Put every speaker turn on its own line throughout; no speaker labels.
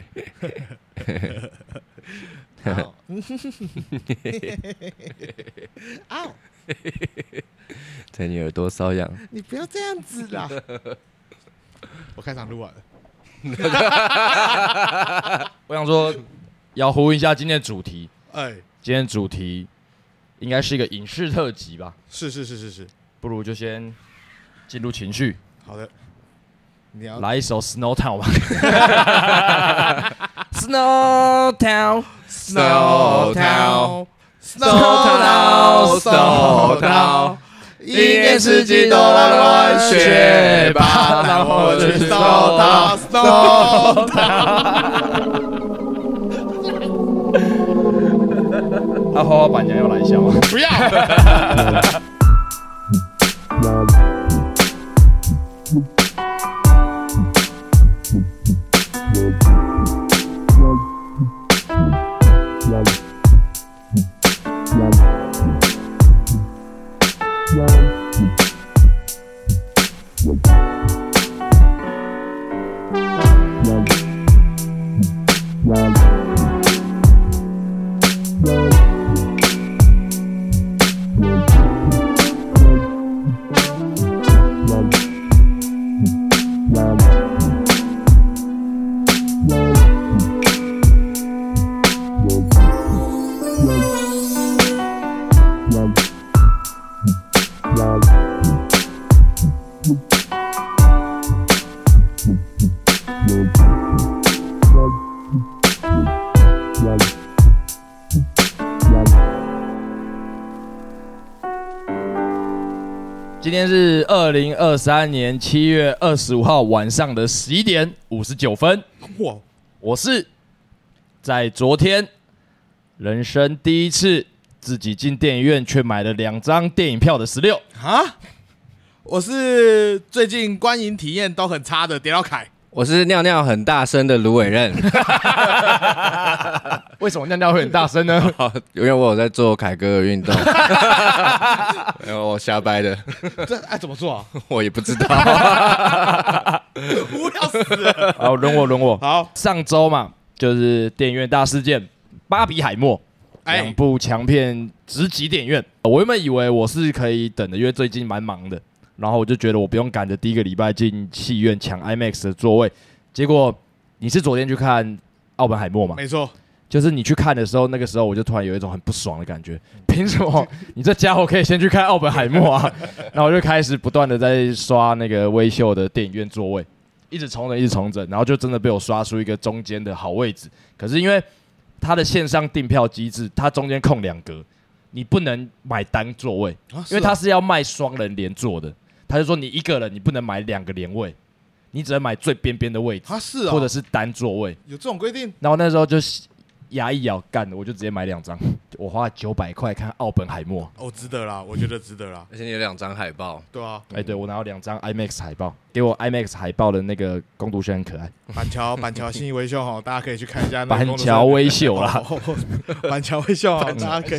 好，啊，
在你耳朵瘙痒。
你不要这样子啦！ 我开场录完了，
我想说，要呼应一下今天的主题。
哎，
今天的主题应该是一个影视特辑吧？
是是是是是，
不如就先进入情绪，
好的，你要
来一首《Snow Town》吧。Snow Town，
Snow
Town
Snow Town Snow Town，一年四季都来玩雪吧，然后去 Snow Town Snow Town。
那啊花花板娘要来一下吗？
不要。
今天是二零二三年七月二十五号晚上的十一点五十九分。
哇，
我是在昨天人生第一次自己进电影院，却买了两张电影票的十六。
啊！我是最近观影体验都很差的点到凯，
我是尿尿很大声的芦苇任，
为什么尿尿会很大声 呢？
好因为我有在做凯哥的运 动，没有我瞎掰的，
这哎怎么 做、啊？
我也不知 道。
无聊死了。
好，轮我，轮我。
好，
上周嘛，就是电影院大事件，《巴比海默》两
哎，
部强片直击电影院。我原本以为我是可以等的，因为最近蛮忙的，然后我就觉得我不用赶着第一个礼拜进戏院抢 IMAX 的座位。结果你是昨天去看《奥本海默》吗？
没错，
就是你去看的时候，那个时候我就突然有一种很不爽的感觉，
嗯
凭什 么你这家伙可以先去看奥本海默啊？然后我就开始不断的在刷那个微秀的电影院座位，一直重整，一直重整，然后就真的被我刷出一个中间的好位置。可是因为它的线上订票机制，它中间空两格，你不能买单座位，
啊
因为它是要卖双人连坐的，他就说你一个人你不能买两个连位，你只能买最边边的位置，
他是啊，
或者是单座位。
有这种规定，
然后那时候就牙一咬，干，我就直接买两张， 我花九百块看《奥本海默》。
哦，值得啦，我觉得值得啦，
而且你有两张海报，
对啊，
哎、对我拿到两张 IMAX 海报，给我 IMAX 海报的那个工读生很可 爱，
板 桥板桥信义维修哈，大家可以去看一下那个
板
工作室。
桥微秀啦，
哦， 板桥微笑哈，大家 可以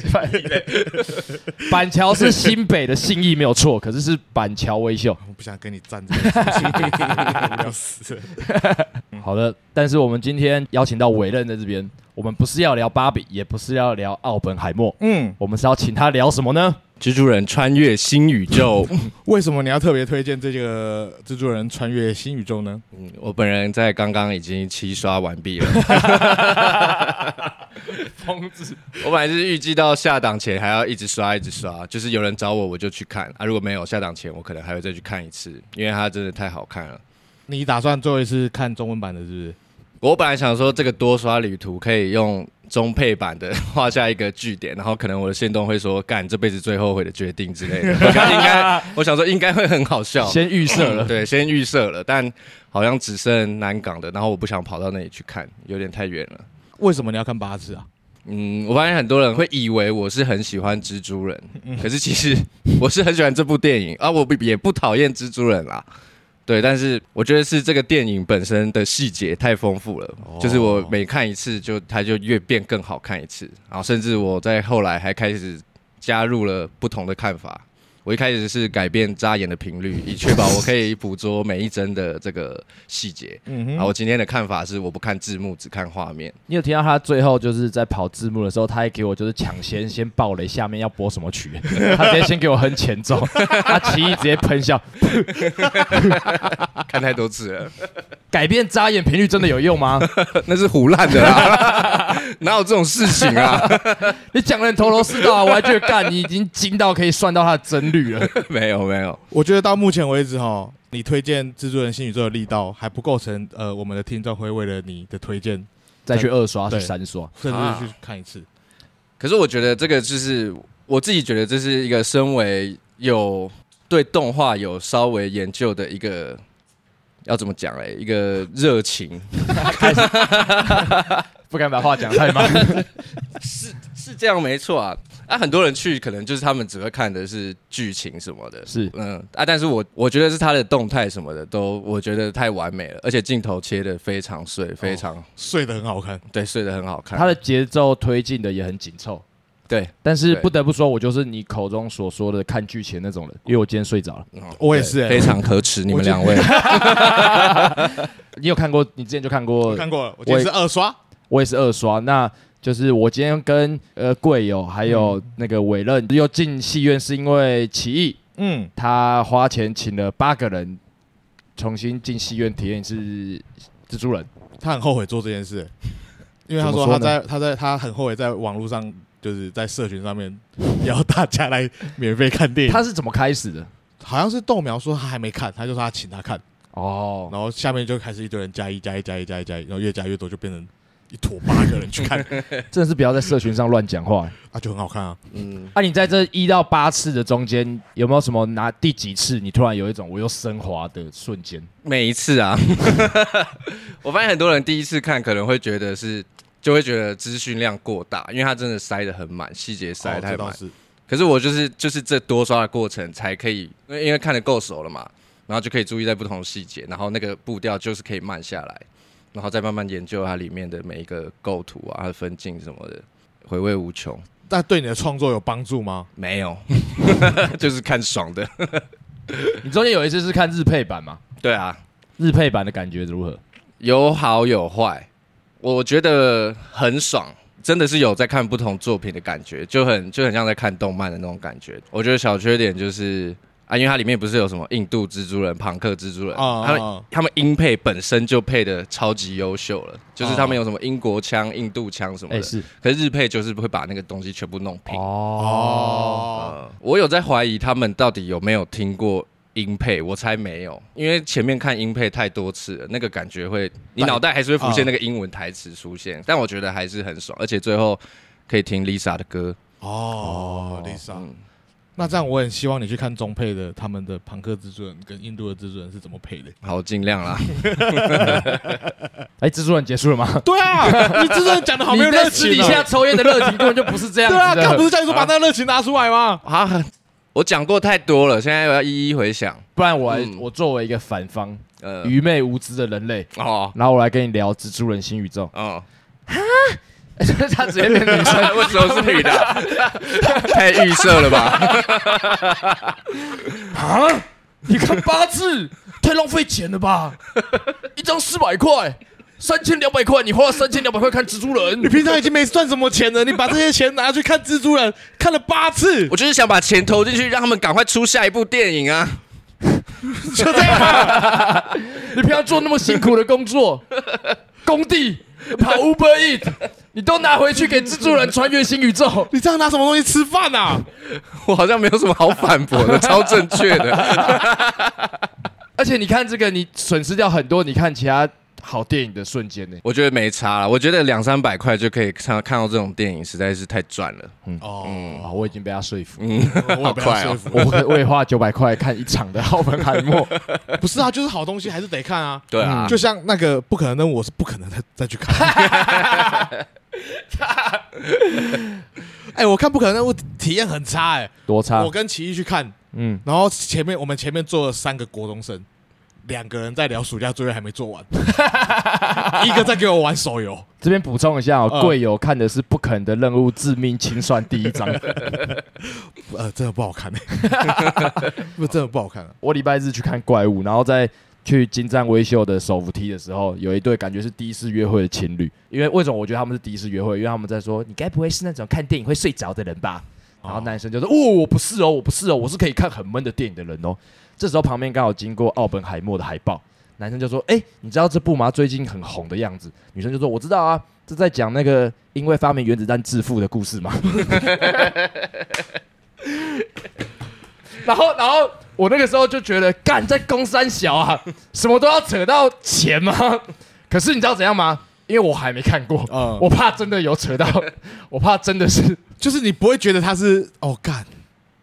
板桥是新北的信义没有错，可是是板桥微秀。
我不想跟你站着，无聊死了。
好的，但是我们今天邀请到委任在这边，我们不是要聊芭比，也不是要聊奥本海默，
嗯，
我们是要请他聊什么呢？
蜘蛛人穿越新宇宙。
为什么你要特别推荐这个蜘蛛人穿越新宇宙呢？
嗯我本人在刚刚已经七刷完毕了。
疯子，
我本来是预计到下档前还要一直刷一直刷，就是有人找我我就去看啊，如果没有下档前我可能还会再去看一次，因为它真的太好看了。
你打算最后一次看中文版的，是不是？
我本来想说这个多刷旅途可以用中配版的画下一个句点，然后可能我的线动会说干这辈子最后悔的决定之类的，我看应该我想说应该会很好笑，
先预设了。
嗯对，先预设了，但好像只剩南港的，然后我不想跑到那里去看，有点太远了。
为什么你要看八次啊？
嗯，我发现很多人会以为我是很喜欢蜘蛛人， 可是其实我是很喜欢这部电影啊，我不也不讨厌蜘蛛人啦。对，但是我觉得是这个电影本身的细节太丰富了，就是我每看一次就它就越变更好看一次，然后甚至我在后来还开始加入了不同的看法。我一开始是改变扎眼的频率，以确保我可以捕捉每一帧的这个细节。
嗯
然后我今天的看法是，我不看字幕，只看画 面。
你有听到他最后就是在跑字幕的时候，他还给我就是抢先先爆雷下面要播什么曲， 他直接先给我哼前奏， 他奇异直接喷笑。
啊看太多次了，
改变眨眼频率真的有用吗？
那是胡乱的啦， 哪有这种事情啊？
你讲的很头头是道啊，我还觉得干你已经精到可以算到他的帧率了。
没有没有，
我觉得到目前为止哈，你推荐《蜘蛛人新宇宙》的力道还不构成呃，我们的听众会为了你的推荐
再去二刷去
对
三刷，
甚
啊
至去看一次。
可是我觉得这个就是我自己觉得这是一个身为有对动画有稍微研究的一个。要怎么讲嘞？一个热情
不敢把话讲太满。
是这样没错啊。啊，很多人去可能就是他们只会看的是剧情什么的，
是
嗯啊，但是我我觉得是他的动态什么的都我觉得太完美了，而且镜头切的非常碎，非常、
睡得很好看，
对，碎的很好看。
哦他的节奏推进的也很紧凑，
对，
但是
对
不得不说，我就是你口中所说的看剧情那种人，因为我今天睡着了。
嗯
我也是欸
非常可耻，你们两位。
你有看过？你之前就看过
我看过了，我今天是二刷。
我也是二刷，那就是我今天跟呃贵友还有那个委任又进戏院，是因为奇艺
嗯，
他花钱请了八个人重新进戏院体验一次蜘蛛人，
他很后悔做这件事欸，因为他
怎么
说
说
他
呢
在他在他很后悔在网络上就是在社群上面邀大家来免费看电影。
他是怎么开始的？
好像是豆苗说他还没看，他就说他请他看，
哦，
然后下面就开始一堆人加一加一加一加一加一，然后越加越多，就变成一坨八个人去 看，
真的是不要在社群上乱讲话。
啊，就很好看啊。
嗯，
啊，你在这一到八次的中间，有没有什么拿第几次你突然有一种我又升华的瞬间？
每一次啊， 我发现很多人第一次看可能会觉得是，就会觉得资讯量过大，因为他真的塞得很满，细节塞
哦
得太
这倒
满。
是，
可是我就是就是这多刷的过程才可以，因为因为看得够熟了嘛，然后就可以注意在不同的细节，然后那个步调就是可以慢下来，然后再慢慢研究它里面的每一个构图啊、它的分镜什么的，回味无穷。
但对你的创作有帮助吗？
没有， 就是看爽的。
你中间有一次是看日配版嘛？
对啊，
日配版的感觉如何？
有好有坏，我觉得很爽，真的是有在看不同作品的感觉，就很就很像在看动漫的那种感觉。我觉得小缺点就是啊，因为它里面不是有什么印度蜘蛛人、庞克蜘蛛人，
啊
他
啊
们
啊
他们音配本身就配的超级优秀了，就是
啊
他们有什么英国腔、印度腔什么
哎、
的，
是
可是日配就是会把那个东西全部弄平。
啊
哦，
哦，
呃我有在怀疑他们到底有没有听过音配，我猜没有，因为前面看音配太多次了，那个感觉会，你脑袋还是会浮现那个英文台词出现，但我觉得还是很爽，而且最后可以听 Lisa 的歌，
哦，Lisa，
嗯，
那这样我很希望你去看中配的他们的庞克蜘蛛人跟印度的蜘蛛人是怎么配的。
好，尽量 啦。
哎、蜘蛛人结束了吗？
对啊，你 蜘蛛人讲的好没有
你在
热
私
情
底下
啊。
抽烟的热情根本就不是这样
对啊，
子
刚
的，
不是叫你说把那个热情拿出来吗？
啊，我讲过太多了，现在我要一一回想。
不然我来
嗯
我作为一个反方，
呃，
愚昧无知的人类，
哦，
然后我来跟你聊《蜘蛛人新宇宙，
哦，》
他直接变 女生，
为什么是 女的啊？太预设了吧？
啊
你看八 次，太浪费钱了吧？ 一张四百块，三千两百块，你花了三千两百块看蜘蛛人
你，平常已经没赚什么钱了，你把这些钱拿去看蜘蛛人，看了八次，
我就是想把钱投进去，让他们赶快出下一部电影啊！
就这样吧。
啊你平常做那么辛苦的 工作，工地跑 Uber Eat，你都拿回去给蜘蛛人穿越新宇宙。
你这样拿什么东西吃饭啊？
我好像没有什么好反驳的，超正确的。
而且你看这个，你损失掉很多你看其他好电影的瞬间呢、
我觉得没差了，我觉得两三百块就可以看看到这种电影，实在是太赚了。
哦，
哇，我已经被他说服。
嗯，好
我被他
快
说
哦！
服
我可我也花九百块看一场的奥本海默，
不是啊，就是好东西还是得看啊。
对啊，
就像那个不可能任务，我是不可能再再去看。 哎，我看不可能任务体验很差哎、
多差
我。跟奇艺去看，
嗯，
然后前面我们前面坐了三个国中生，两个人在聊暑假作业还没做 完，一个在给我玩手游，
这边补充一下哦，
嗯
贵友看的是《不可能的任务：致命清算》第一章。
呃，真的不好 看、欸，不真的不好看、啊。
我礼拜日去看怪物，然后再去金站微秀的手扶梯的时候，有一对感觉是第一次约会的情侣。因为为什么我觉得他们是第一次约会？因为他们在说：“你该不会是那种看电影会睡着的人吧？”然后男生就说：“哦，我不是哦，我不是哦，我是可以看很闷的电影的人哦。”这时候旁边刚好经过奥本海默的海报，男生就说：“哎、你知道这部吗？最近很红的样子。”女生就说：“我知道啊，这在讲那个因为发明原子弹致富的故事嘛。” 然后，然后我那个时候就觉得，干在公三小啊，什么都要扯到钱吗？可是你知道怎样吗？因为我还没看过，
嗯
我怕真的有扯到，我怕真的是
就是你不会觉得他是哦干，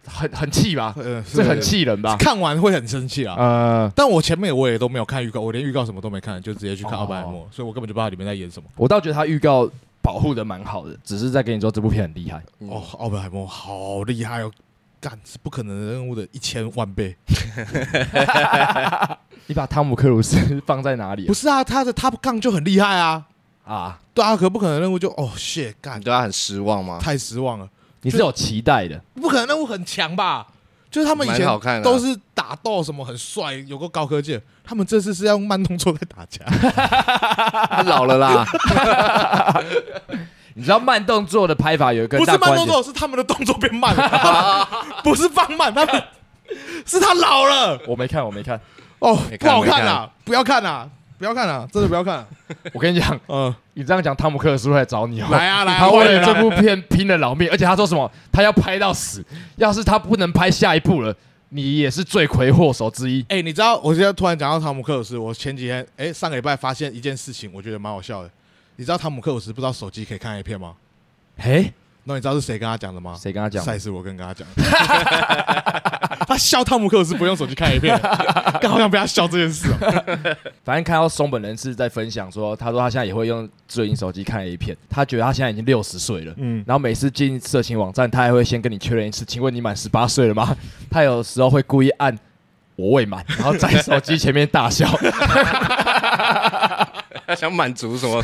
很很气吧，
呃，是
这很，气啊人吧？
看完会很生气啊。
呃，
但我前面我也都没有看预告，我连预告什么都没看，就直接去看《
哦
奥本海默》，所以我根本就不知道里面在演什么。
我倒觉得他预告保护的蛮好的，只是在跟你说这部片很厉 害。
哦，奥本海默好厉害哦，干是不可能的任务的一千万倍。
你把汤姆克鲁斯放在哪里
不是啊，他的 Top Gun 就很厉害啊，
啊？啊
对啊，可不可能任务就哦 shit 干
你，嗯对他啊很失望 吗？
太失望了。
你是有期待的，
不可能任务很强吧？就是他们以
蛮
前
好看的啊
都是打斗什么很帅，有个高科技的，他们这次是要用慢动作在打 架。
他老了啦，
你知道慢动作的拍法有一个
不
大
是慢
关
动
键，
作，是他们的动作变慢 了，他们不是放慢，他们是他老了
我没看，我没看。
哦
没，
不
看
好看啊！不要看啊！不要看啊！真的不要看 啊。
我跟你讲，
嗯，
你这样讲，汤姆克鲁斯会来找你哦。
来啊来啊，
他为
快
了
点啊
这部片拼了老命，而且他说什么？他要拍到死。要是他不能拍下一部了，你也是罪魁祸首之一。
哎、你知道我现在突然讲到汤姆克鲁斯，我前几天哎、上个礼拜发现一件事情，我觉得蛮好笑的。你知道汤姆克鲁斯不知道手机可以看 A 片吗？
嘿，
那你知道是谁跟他讲的吗？
谁跟他讲？
赛斯我跟跟他讲的， 他笑汤姆克鲁斯不用手机看 A 片，刚好像被他笑这件事、啊。
反正看到松本人士在分享说，他说他现在也会用智能手机看 A 片，他觉得他现在已经六十岁了。
嗯，
然后每次进色情网站，他还会先跟你确认一次，请问你满十八岁 了吗？他有时候会故意按我未满，然后在手机前面 大笑，
他想满足 什么？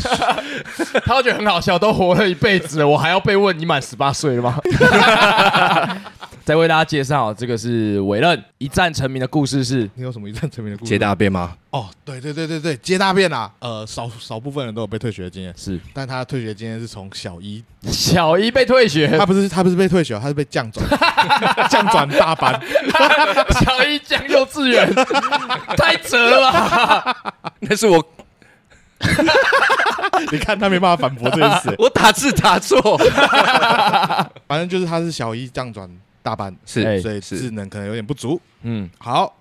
他会觉得很好笑，都活了一辈子了，我还要被问你满十八 岁了吗？再为大家介绍，这个是委任一战成名的故事是，
你有什么一战成名的故事？
接大便吗？
哦，对对对对对，接大便啊，呃，少少部分人都有被退学的经验，
是
但他的退学经验是从小一，
小一被退学，
他不是他不是被退学，哦他是被降转，降转大班。
小一讲幼稚 园，太扯了吧！
那是我，
你看他没办法反驳这件事
我打字打错，
反正就是他是小一降转大班，
是
哎
所以
是
智能可能有点不足。
嗯，
好，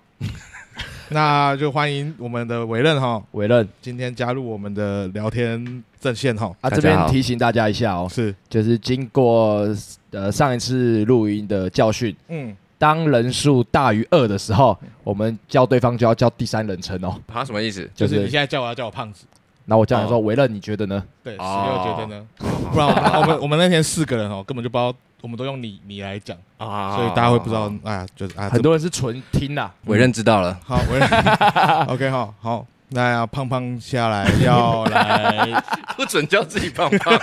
那就欢迎我们的委任哈，
委任
今天加入我们的聊天阵线哈。
啊，
大家
这边
好
提醒大家一下哦，
是，
就是经过呃上一次录音的教训，
嗯，
当人数大于二的时候，我们叫对方就要叫第三人称哦，
他什么意思？
就
就
是你
是
现在叫我要叫我胖子，
那我叫你说
哦
委任，你觉得呢？
对，十六
哦
觉得呢？不然我们我们我们那天四个人哦，根本就不知道，我们都用你你来讲，
啊
所以大家会不知道，哎呀，就是啊，
哦很多人是纯听啊啦，
委任知道了，
这好，我认 OK 哈，好，那要胖胖下来要来，
不准叫自己胖胖。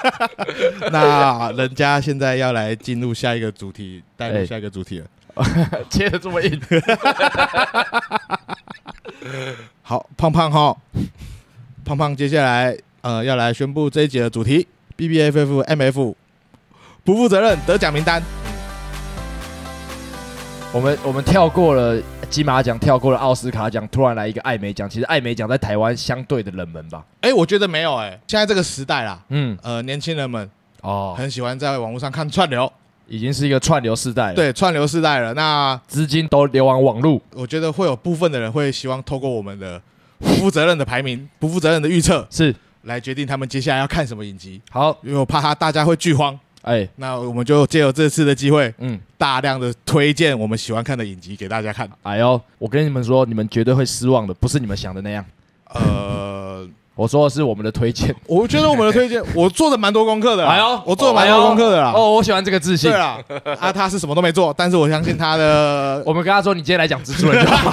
那人家现在要来进入下一个主题，带
哎
入下一个主题了。
接的这么硬。
好，胖胖哈，胖胖接下来呃要来宣布这一节的主题 B B F F M F 不负责任得奖名单。
我们我们跳过了金马奖，跳过了奥斯卡奖，突然来一个艾美奖。其实艾美奖在台湾相对的冷门吧。
哎，我觉得没有哎、现在这个时代啦，
嗯，
呃，年轻人们
哦，
很喜欢在网络上看串流，
已经是一个串流世代了，，
对串流时代了。那
资金都流往网络，
我觉得会有部分的人会希望透过我们的不负责任的排名、不负责任的预测
是
来决定他们接下来要看什么影集，
好，
因为我怕他大家会剧荒。
哎，
那我们就借由这次的机会，
嗯，
大量的推荐我们喜欢看的影集给大家看。
哎呦，我跟你们说，你们绝对会失望的，不是你们想的那样。
呃，
我说的是我们的推荐。
我觉得我们的推荐，我做的蛮多功课的啦。
哎呦，
我做了蛮多功课的啦。
哎呦哦，我喜欢这个自信
对。啦，啊，他是什么都没做，但是我相信他 的，
我们跟他说，你今天来讲蜘蛛人 就好。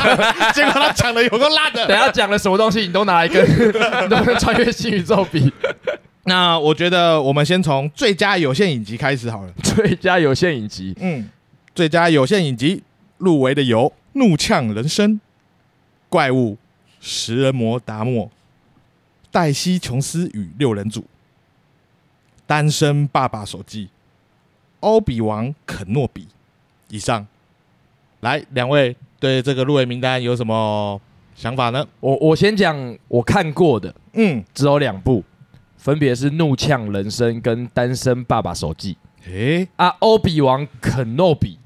结果他讲的有个烂的。
等下讲了什么东西，你都拿来跟 你都跟穿越新宇宙比。
那我觉得我们先从最佳有限影集开始好了。
最佳有限影集，
嗯，最佳有限影集入围的有《怒呛人生》《怪物》《食人魔达莫》《黛西·琼斯与六人组》《单身爸爸手记》《欧比王肯诺比》。以上，来，两位对这个入围名单有什么想法呢？
我我先讲我看过的，
嗯，
只有两部，分别是《怒呛人生》跟《单身爸爸手记》
诶、
啊。欧比王肯诺比，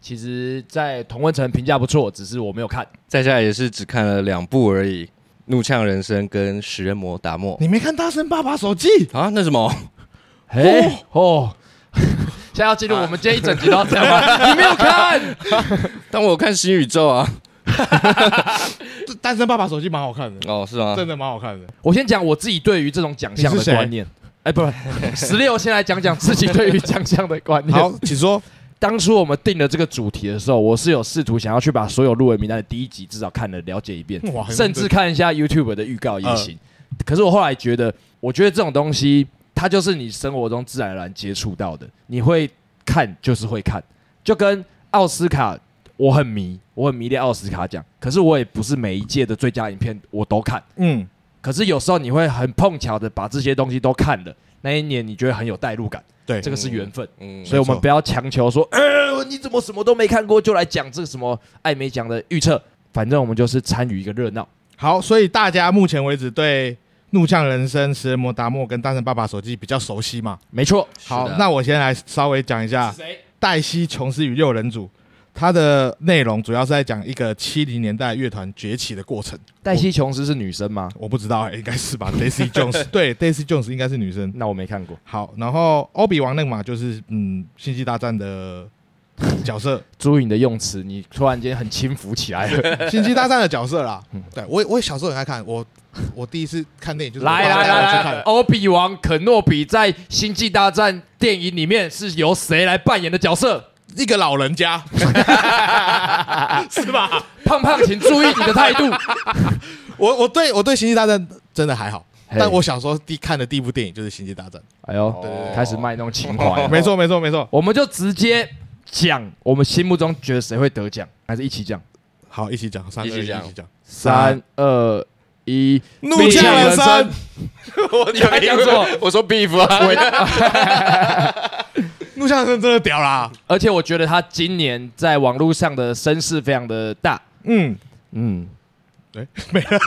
其实在同温层评价不错，只是我没有看。
在家也是只看了两部而已，《怒呛人生》跟《食人魔达莫
你没看《单身爸爸手记》？
啊，那什么？
哎哦， 啊现在要进入我们今天一整集都要这样 吗？你没有看？
但我有看新宇宙啊。
《单身爸爸手记》蛮好看的，
哦，是吗？
真的蛮好看的。
我先讲我自己对于这种奖项
你
的
是谁
观念。哎，不，十六先来讲讲自己对于奖项的观 念。
好，， 请说。
当初我们定了这个主题的时候，我是有试图想要去把所有入围名单的第一集至少看了了解一遍
哇，很嗯
甚至看一下 YouTube 的预告也行。可是我后来觉得，我觉得这种东西，它就是你生活中自然而然接触到的，你会看就是会看，就跟奥斯卡，我很迷，我很迷恋奥斯卡奖，可是我也不是每一届的最佳影片我都看。
嗯，
可是有时候你会很碰巧的把这些东西都看了，那一年你觉得很有代入感，
对，
这个是缘分。
嗯，
所以我们不要强求说，呃，你怎么什么都没看过就来讲这个什么艾美奖的预测？反正我们就是参与一个热闹。
好，所以大家目前为止对《怒呛人生》《食人魔达莫》跟《单身爸爸手记》比较熟悉嘛？
没错，
好
是的，
那我先来稍微讲一下《黛西·琼斯与六人组》，它的内容主要是在讲一个七零年代乐团崛起的过程。
黛西·琼斯是女生吗？
我不知道、欸，应该是吧 ？Daisy Jones，对，Daisy Jones 应该是女生。
那我没看过。
好，然后欧比王那个嘛，就是嗯，《星际大战》的角色，
朱颖的用词，你突然间很轻浮起 来了。
《星际大战》的角色啦。
嗯
对我，我小时候很爱看，我我第一次看电影就是我
来
爸
来
带我去
来
看
来，
的
欧比王肯诺比在《星际大战》电影里面是由谁来扮演的角色？
一个老人家， 是吧？
胖胖，请注意你的态度。
我我对我对《星际大战》真的还好，
嘿
但我小时候第看的第一部电影就是《星际大战
哎呦
对对，对
开始卖弄情 怀》。了。
没错，没错，没错。
我们就直接讲我们心目中觉得谁会得奖，还是一起讲？
好，一起讲，三
一
个
起
人
讲
一起讲。
三二一，
怒呛人生，
我你
还讲什么？
我说 beef 啊，
陆向生真的屌啦！
而且我觉得他今年在网络上的声势非常的大，
嗯，
嗯，
哎
没了。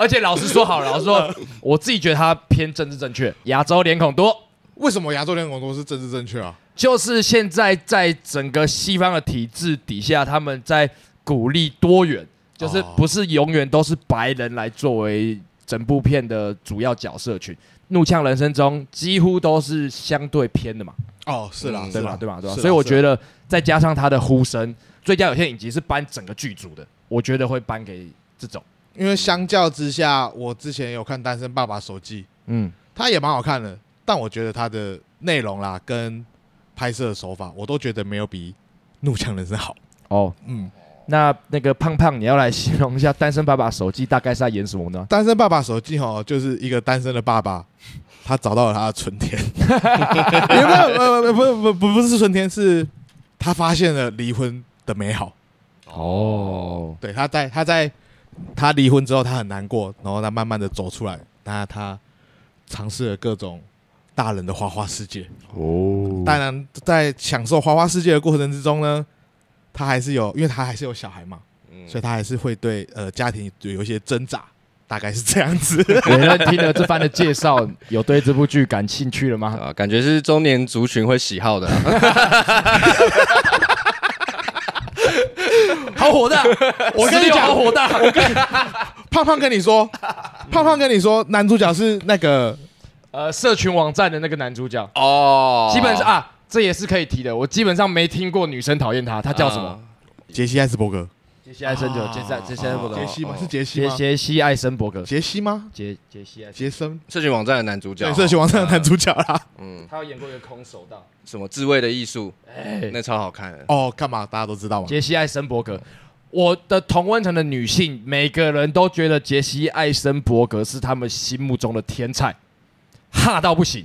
而且老实说好了，老实说，我自己觉得他偏政治正确，亚洲脸孔多，
为什么亚洲联盟都是政治正确啊？
就是现在在整个西方的体制底下，他们在鼓励多元，就是
哦
不是永远都是白人来作为整部片的主要角色群。怒呛人生中几乎都是相对偏的嘛，
哦，是啦，
嗯
是
对
啦
吧？，对吧？对吧？
是啦
所以我
是啦
觉得再加上他的呼声，最佳有线影集是颁整个剧组的，我觉得会颁给这种。
因为相较之下，我之前有看《单身爸爸手记》，
嗯，
它也蛮好看的，但我觉得它的内容啦跟拍摄手法，我都觉得没有比《怒呛人生》好。
哦，
嗯，
那那个胖胖，你要来形容一下《单身爸爸手记》大概是在演什么呢？
单身爸爸手机哈，就是一个单身的爸爸，他找到了他的春天，也没有呃不不不不是春天，是他发现了离婚的美好。
哦，
对，他在他在他离婚之后，他很难过，然后他慢慢的走出来，那他尝试了各种大人的花花世界。
哦
当然，在享受花花世界的过程之中呢，
嗯
他还是有，因为他还是有小孩嘛，所以他还是会对呃家庭有一些挣扎。大概是这样 子。
有人听了这番的介绍，有对这部剧感兴趣了 吗？
啊，感觉是中年族群会喜好的啊、
好火大！
我跟你 讲
好火大！
胖胖跟你说，胖胖跟你说，男主角是那个
呃，社群网站的那个男主角，
哦，
基本上啊，这也是可以提的。我基本上没听过女生讨厌他，他叫什么？
杰西·艾斯伯格，哦
杰西·艾森伯格，杰西·杰西·艾森伯格哦
杰，西吗？是杰西
杰
吗？
杰西·艾森伯格，
杰西吗？
杰杰西·艾森，
杰森，
社群网站的男主角
对，
哦，
社群网站的男主角啦。
他有演过一个空手道。
什么自卫的艺术，
哎，
那超好看的。
哦，干嘛？大家都知道嘛。
杰西·艾森伯格。我的同温层的女性，每个人都觉得杰西·艾森伯格是他们心目中的天才，哈到不行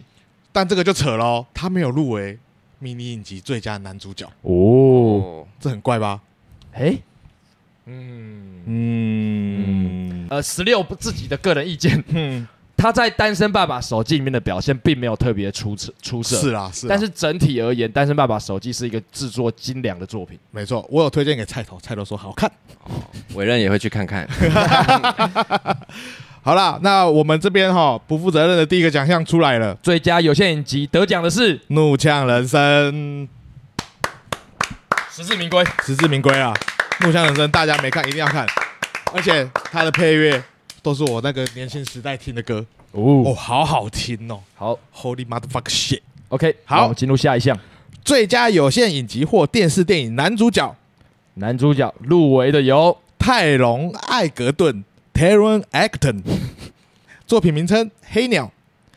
但这个就扯喽，他没有入围迷你影集最佳男主角，
哦。
哦，
这很怪吧？
哎，嗯，
嗯
呃，十六自己的个人意见，
嗯，
他在《单身爸爸手机》里面的表现并没有特别出色出色，
是啦是啦，啊
但是啊整体而言，《单身爸爸手机》是一个制作精良的作品。
没错，我有推荐给菜头，菜头说好看。
委任也会去看看。
好啦，那我们这边哈不负责任的第一个奖项出来了，
最佳有线影集得奖的是《
《怒呛人生》，
实至名归》，
实至名归啊！《怒呛人生》大家没看一定要看，而且它的配乐都是我那个年轻时代听的歌，哦，
哦，
好好听哦
好
！Holy motherfuck shit！
，OK，
好
那我们进入下一项。
最佳有线影集或电视电影男主角
男主角入围的有
泰隆·艾格顿 （Taron Egerton），作品名称《黑鸟》，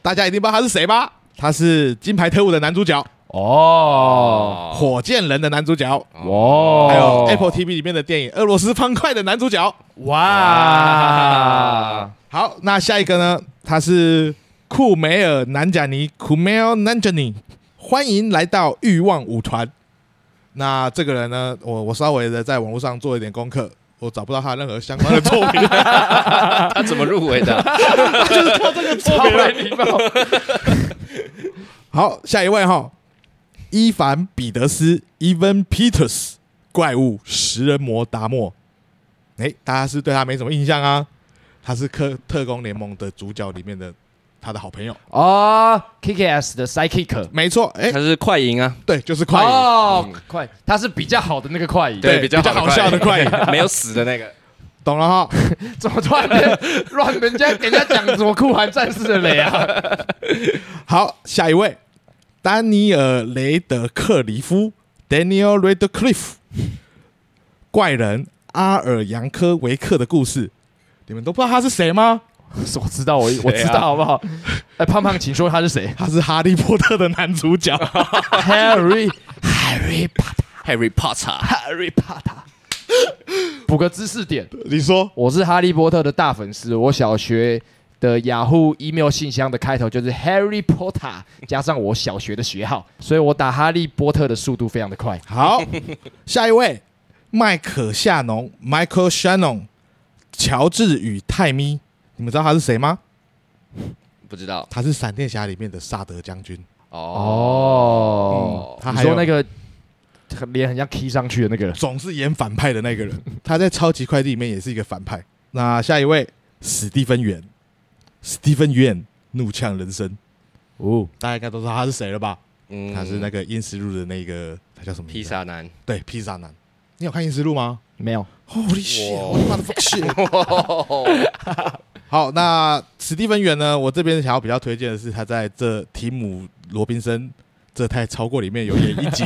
大家一定不知道他是谁吧？他是《金牌特务》的男主角，
哦，
《火箭人》的男主角，
哇，
还有 Apple TV 里面的电影《俄罗斯方块》的男主角。
哇，
好，那下一个呢？他是库梅尔·南贾尼 （Kumail Nanjiani），欢迎来到欲望舞团。那这个人呢，我我稍微的在网络上做一点功课，我找不到他任何相关的作品。
他怎么入围 的？
超没礼貌。
好，下一位哈，伊凡·彼得斯 （Evan Peters），怪物食人魔达莫。哎、大家是对他没什么印象啊？他是特特工联盟的主角里面的他的好朋友，
哦，Kick-Ass 的 Psychic，
没错。哎、
他是快银 啊，
对，就是快银。
哦
嗯，
快，他是比较好的那个快椅，
对
比较
比较好笑的
快
快
银
银，
没有死的那个。
懂了哈。
怎么突然间 乱人家给人家讲什么酷寒战士的雷啊？
好，下一位，丹尼尔·雷德克里夫 （Daniel Radcliffe），怪人阿尔扬科维克的故事，你们都不知道他是谁吗？
我知道，我我知道，好不好？啊哎，胖胖，请说他是谁
他是《哈利波特》的男主角。
？Harry Harry Potter
Harry Potter，
Harry Potter，补个知识点，
你说
我是哈利波特的大粉丝，我小学的雅虎 email 信箱的开头就是 Harry Potter 加上我小学的学号， 所以我打哈利波特的速度非常的快。
好，下一位，麦可夏农 （Michael Shannon），乔治与泰咪，你们知道他是谁吗？
不知道
他是闪电侠里面的萨德将军。哦嗯
哦
他
你
还有
说那个脸很像 key 上去的那个人，
总是演反派的那个人，他在《超级快递》里面也是一个反派。那下一位，史蒂芬·元，史蒂芬·元怒呛人生，
哦，
大家应该都知道他是谁了吧？
嗯
他是那个《阴尸路》的那个，他叫什么名字？啊
披萨 男，
对，披萨男。你有看《阴尸路》吗
没有，
？Holy shit！Holy motherfuck shit！好，那史蒂芬·元呢？我这边想要比较推荐的是他在这提姆·罗宾森。这太超过里面有演一集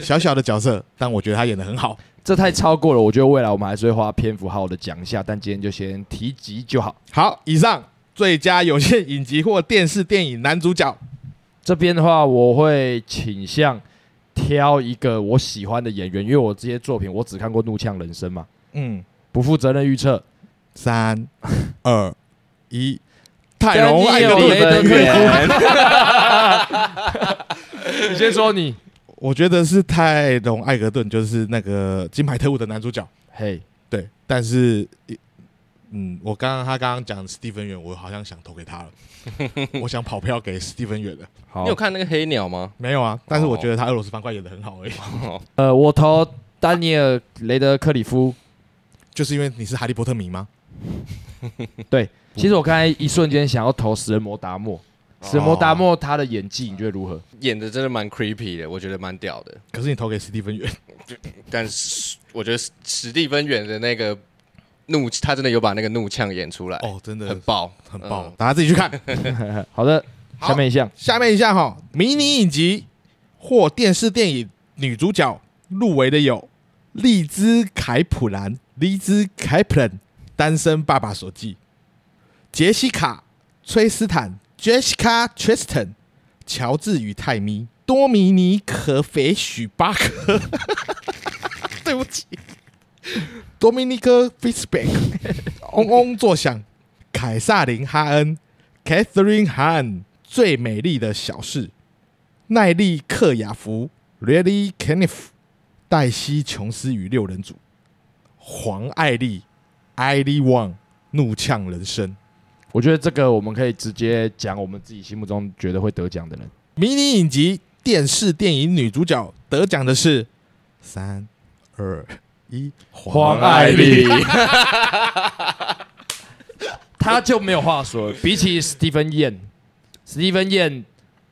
小小的角色，但我觉得他演的很好。
这太超过了，我觉得未来我们还是会花篇幅好好的讲一下，但今天就先提及就好。
好，以上最佳有线影集或电视电影男主角。
这边的话，我会倾向挑一个我喜欢的演员，因为我这些作品我只看过《怒呛人生》嘛，
嗯，
不负责任预测。
三二一，泰隆艾格
雷德
顿
克里
的，
你先说你，
我觉得是泰隆艾格顿，就是那个金牌特务的男主角。
嘿，
对，但是，嗯，我刚刚他刚刚讲史蒂芬远，我好像想投给 他了，我想跑票给史蒂芬远的。
好
你有，看那个黑鸟吗？
没有啊，但是我觉得他俄罗斯方块演的很好而已，欸
呃，我投丹尼尔·雷德克里夫，
就是因为你是哈利波特迷吗？
对，其实我刚才一瞬间想要投食人魔达莫，食人魔达莫他的演技你觉得如何？
演的真的蛮 creepy 的，我觉得蛮屌的。
可是你投给史蒂芬远，
但是我觉得史史蒂芬远的那个怒，他真的有把那个怒呛演出来，
哦，真 的
很爆，
很
嗯
爆，大家自己去看。
好的，
好
下面一项
下面一项哈，迷你影集或电视电影女主角入围的有利兹凯普兰、利兹凯普兰《单身爸爸手记》、杰西卡·崔斯坦 （Jessica Tristan）、乔治与泰咪、多米尼可·肥许巴克。 对不起，多米尼克·菲斯贝克，嗡嗡作响。凯撒琳·哈恩 Catherine Han 最美丽的小事，奈利克雅福 Really Kenneth 黛西琼斯与六人组，黄艾丽艾丽旺怒呛人生。
我觉得这个我们可以直接讲我们自己心目中觉得会得奖的人。
迷你影集电视电影女主角得奖的是三二一
黄艾丽， 他就没有话说。比起 Stephen y a n s t e p h e n y a n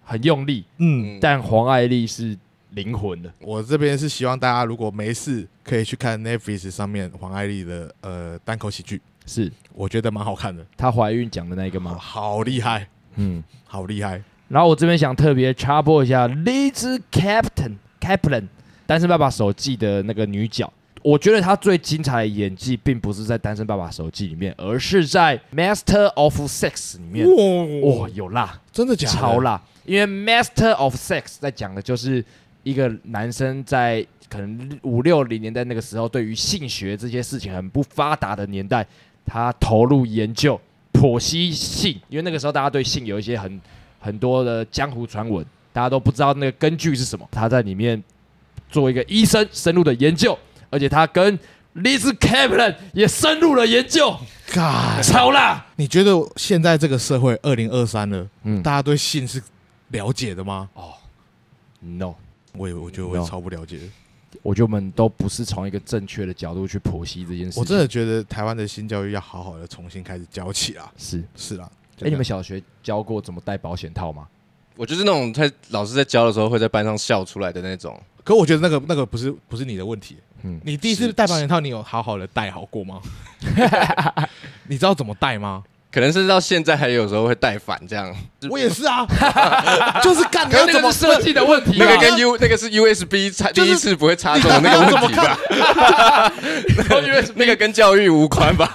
很用力，
嗯，
但黄艾丽是灵魂的。
我这边是希望大家如果没事可以去看 Netflix 上面黄艾丽的呃单口喜剧，
是
我觉得蛮好看的，
她怀孕讲的那一个吗？
好厉害，
嗯。
好厉害。
然后我这边想特别插播一下 Liz Captain Kaplan《单身爸爸手记》的那个女角，我觉得她最精彩的演技，并不是在《单身爸爸手记》里面，而是在《Master of Sex》里面。哇、
哇，
有辣！
真的假的？
超！辣，因为 Master of Sex 在讲的就是一个男生在可能五六零年代那个时候，对于性学这些事情很不发达的年代，他投入研究、剖析性，因为那个时候大家对性有一些很很多的江湖传闻，大家都不知道那个根据是什么。他在里面做一个医生深入的研究，而且他跟 Liz Kaplan 也深入了研究，
God，
超辣！
你觉得现在这个社会二零二三了，
嗯
大家对性是了解的吗？
，no。
我也我觉得我也
No
超不了解的。
我觉得我们都不是从一个正确的角度去剖析这件事情。
我真的觉得台湾的性教育要好好的重新开始教起啦。
是，
是啦，
哎、你们小学教过怎么戴保险套吗？
我就是那种在老师在教的时候会在班上笑出来的那种，
可我觉得那个那个不是不是你的问题。
嗯
你第一次
是
戴保险套，你有好好的戴好过 吗？你知道怎么戴吗？
可能甚至到现在还有时候会带反这样。
我也 是啊，就是干你
可
要
那
怎
个
么
是设计的问题、
那
啊，
个跟 U 那个是 USB 插
就是
第一次不会插中的那个问题吧？ 那个跟教育无关吧？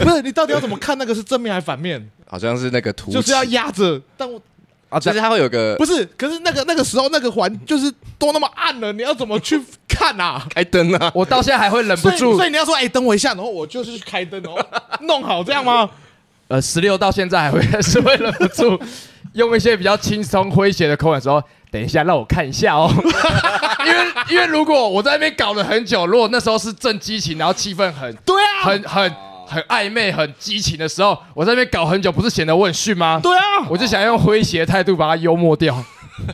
不是你到底要怎么看那个是正面还是反面？
好像是那个图，
就是要压着，但我
啊，就是它会有个
不是，可是那个那个时候那个环就是都那么暗了，你要怎么去看 啊？
开灯啊，
我到现在还会忍不
所以
住
所以。你要说，哎、等我一下，然后我就是去开灯，然后弄好这样吗？
呃，十六到现在还会 还是会忍不住用一些比较轻松诙谐的口吻说：“等一下，让我看一下哦。” 因为因为如果我在那边搞了很久，如果那时候是正激情，然后气氛很
对啊，
很很很暧昧、很激情的时候，我在那边搞很久，不是显得我很逊吗？
对啊，
我就想用诙谐的态度把它幽默掉。